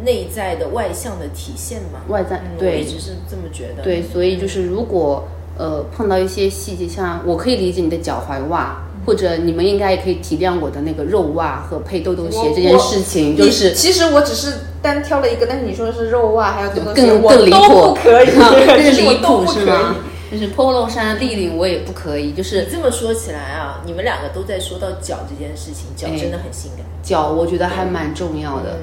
S1: 内在的外向的体现嘛。
S2: 外在
S1: 嗯我
S2: 对
S1: 一直是这么觉得。
S2: 对，所以就是如果呃碰到一些细节，像我可以理解你的脚踝袜，或者你们应该也可以体谅我的那个肉袜和配豆豆鞋这件事情，就
S3: 你
S2: 是
S3: 其实我只是单挑了一个，但是你说的是肉啊袜，还有这个
S2: 更
S3: 我
S2: 更离
S3: 都
S2: 谱，
S3: 不
S4: [laughs]
S2: [laughs]
S3: 可以，
S2: 啊这
S3: 这
S2: 是
S3: 我
S2: 离
S3: 都
S2: 谱
S3: 不可
S2: 是
S3: 以
S2: 吗？就是 polo 衫、立领我也不可以，就是
S1: 你这么说起来啊，你们两个都在说到脚这件事情，脚真的很性感。
S2: 脚我觉得还蛮重要的。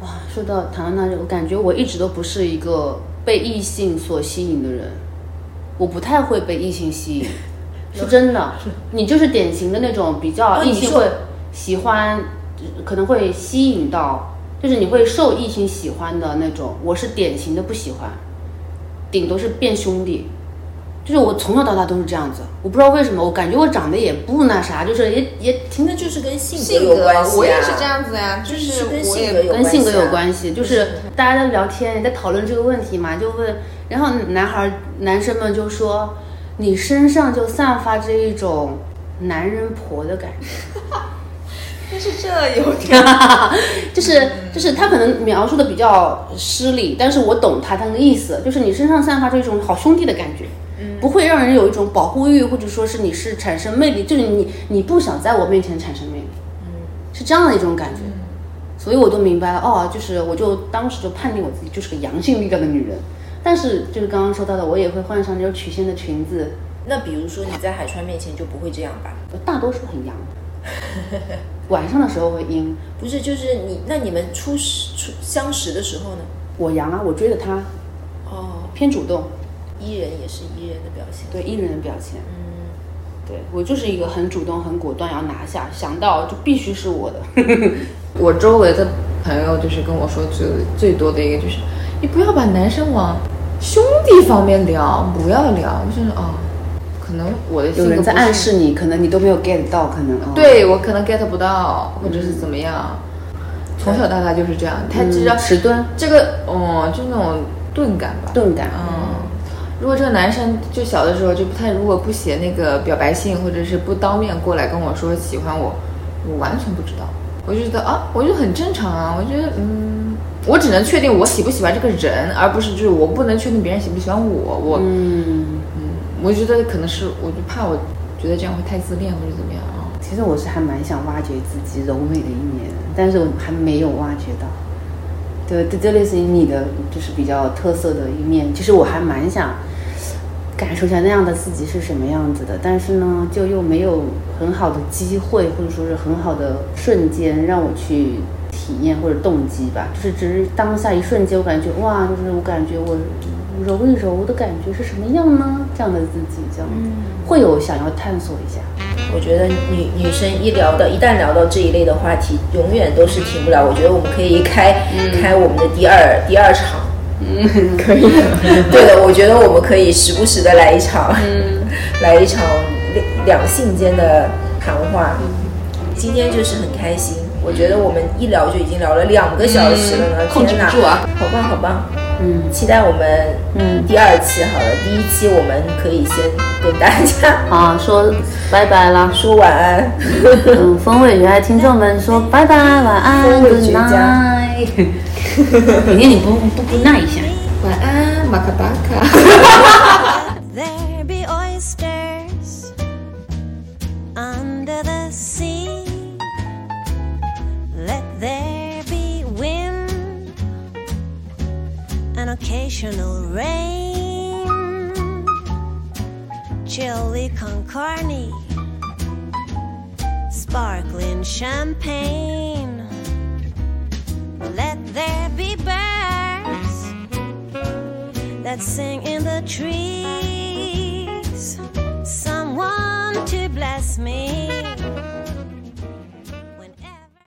S2: 哇，说到唐唐，我感觉我一直都不是一个被异性所吸引的人，我不太会被异性吸引，是真
S1: [laughs]
S2: 的。你就是典型的那种比较
S1: 哦
S2: 异
S1: 你
S2: 性
S1: 说
S2: 会喜欢，呃可能会吸引到，就是你会受异性喜欢的那种。我是典型的不喜欢，顶多是变兄弟。就是我从小到大都是这样子，我不知道为什么，我感觉我长得也不那啥，就是也也挺
S1: 那就是跟性
S3: 性
S1: 有
S3: 格
S1: 关系、啊，
S3: 我也是这样子呀，就
S1: 就是是跟
S3: 我
S1: 性格
S3: 也
S1: 有
S2: 跟性格有
S1: 关
S2: 关系，就是大家在聊天，也在讨论这个问题嘛，就问，然后男孩儿、男生们就说，你身上就散发着一种男人婆的感觉，
S3: 但是这有点
S2: [laughs] 就是就是他可能描述的比较失礼，但是我懂他那个意思，就是你身上散发着一种好兄弟的感觉。不会让人有一种保护欲，或者说是你是产生魅力，就是你你不想在我面前产生魅力，是这样的一种感觉。所以我都明白了，哦，就是我就当时就判定我自己就是个阳性力量的女人，但是就是刚刚说到的，我也会换上那种曲线的裙子，
S1: 那比如说你在海川面前就不会这样吧？
S2: 我大多数很阳，晚上的时候会阴，
S1: 不是，就是你那你们初识初相识的时候呢？
S2: 我阳啊，我追着他，
S1: 哦，
S2: 偏主动，
S1: 伊人也是伊人的表现。，
S2: 对艺人的表现，
S1: 嗯，
S2: 对我就是一个很主动、很果断，要拿下，想到就必须是
S4: [laughs]
S2: 我的，
S4: 我周围的朋友就是跟我说最最多的一个就是，你不要把男生往兄弟方面聊，不要聊，就是哦，可能我的性
S2: 有
S4: 格
S2: 人在
S4: 不是
S2: 暗示你，可能你都没有 get 到，可能哦
S4: 对我可能 get 不到，或者是怎么样。从小到大就是这样，他只要、
S2: 嗯迟钝
S4: 这个，哦、就那种钝感吧。
S2: 钝感，
S4: 嗯，如果这个男生就小的时候就他如果不写那个表白信，或者是不当面过来跟我说喜欢我，我完全不知道。我就觉得啊，我就很正常啊，我觉得嗯，我只能确定我喜不喜欢这个人，而不是就是我不能确定别人喜不喜欢我。我
S2: 嗯，
S4: 我觉得可能是我就怕我觉得这样会太自恋或者怎么样啊。
S2: 其实我是还蛮想挖掘自己柔美的一面，但是我还没有挖掘到。对，这这类似于你的就是比较特色的一面，其实我还蛮想感受一下那样的自己是什么样子的，但是呢，就又没有很好的机会或者说是很好的瞬间让我去体验或者动机吧，就是只是当下一瞬间，我感觉哇，就是我感觉我揉一揉的感觉是什么样呢？这样的自己，这样子、会有想要探索一下。
S1: 我觉得女女生一聊到一旦聊到这一类的话题，永远都是停不了。我觉得我们可以开、
S2: 嗯
S1: 开我们的第二第二
S2: [laughs]
S1: 场。嗯，可以。对的，我觉得我们可以时不时的来一场，嗯、 [laughs] 来一场两两性间的谈话。
S2: 嗯
S1: 今天就是很开心，我觉得我们一聊就已经聊了两个小时了呢，
S2: 嗯控制
S1: 天哪
S2: 不住啊！
S1: 好棒好棒！
S2: 嗯
S1: 期待我们
S2: 嗯
S1: 第二期好了，第一期我们可以先跟大家。
S2: 啊，说拜拜啦
S1: [laughs] 说晚安。
S2: 嗯，风味绝爱听众们说拜拜，晚安
S1: 风味
S2: ，Good
S1: 绝佳
S2: night。明天你不不 Good night 一下？
S4: 晚安，马卡巴卡。
S5: there be oysters under the sea. Let there be wind, an occasional rain. Chili con carne, sparkling champagne. Let there be birds that sing in the trees.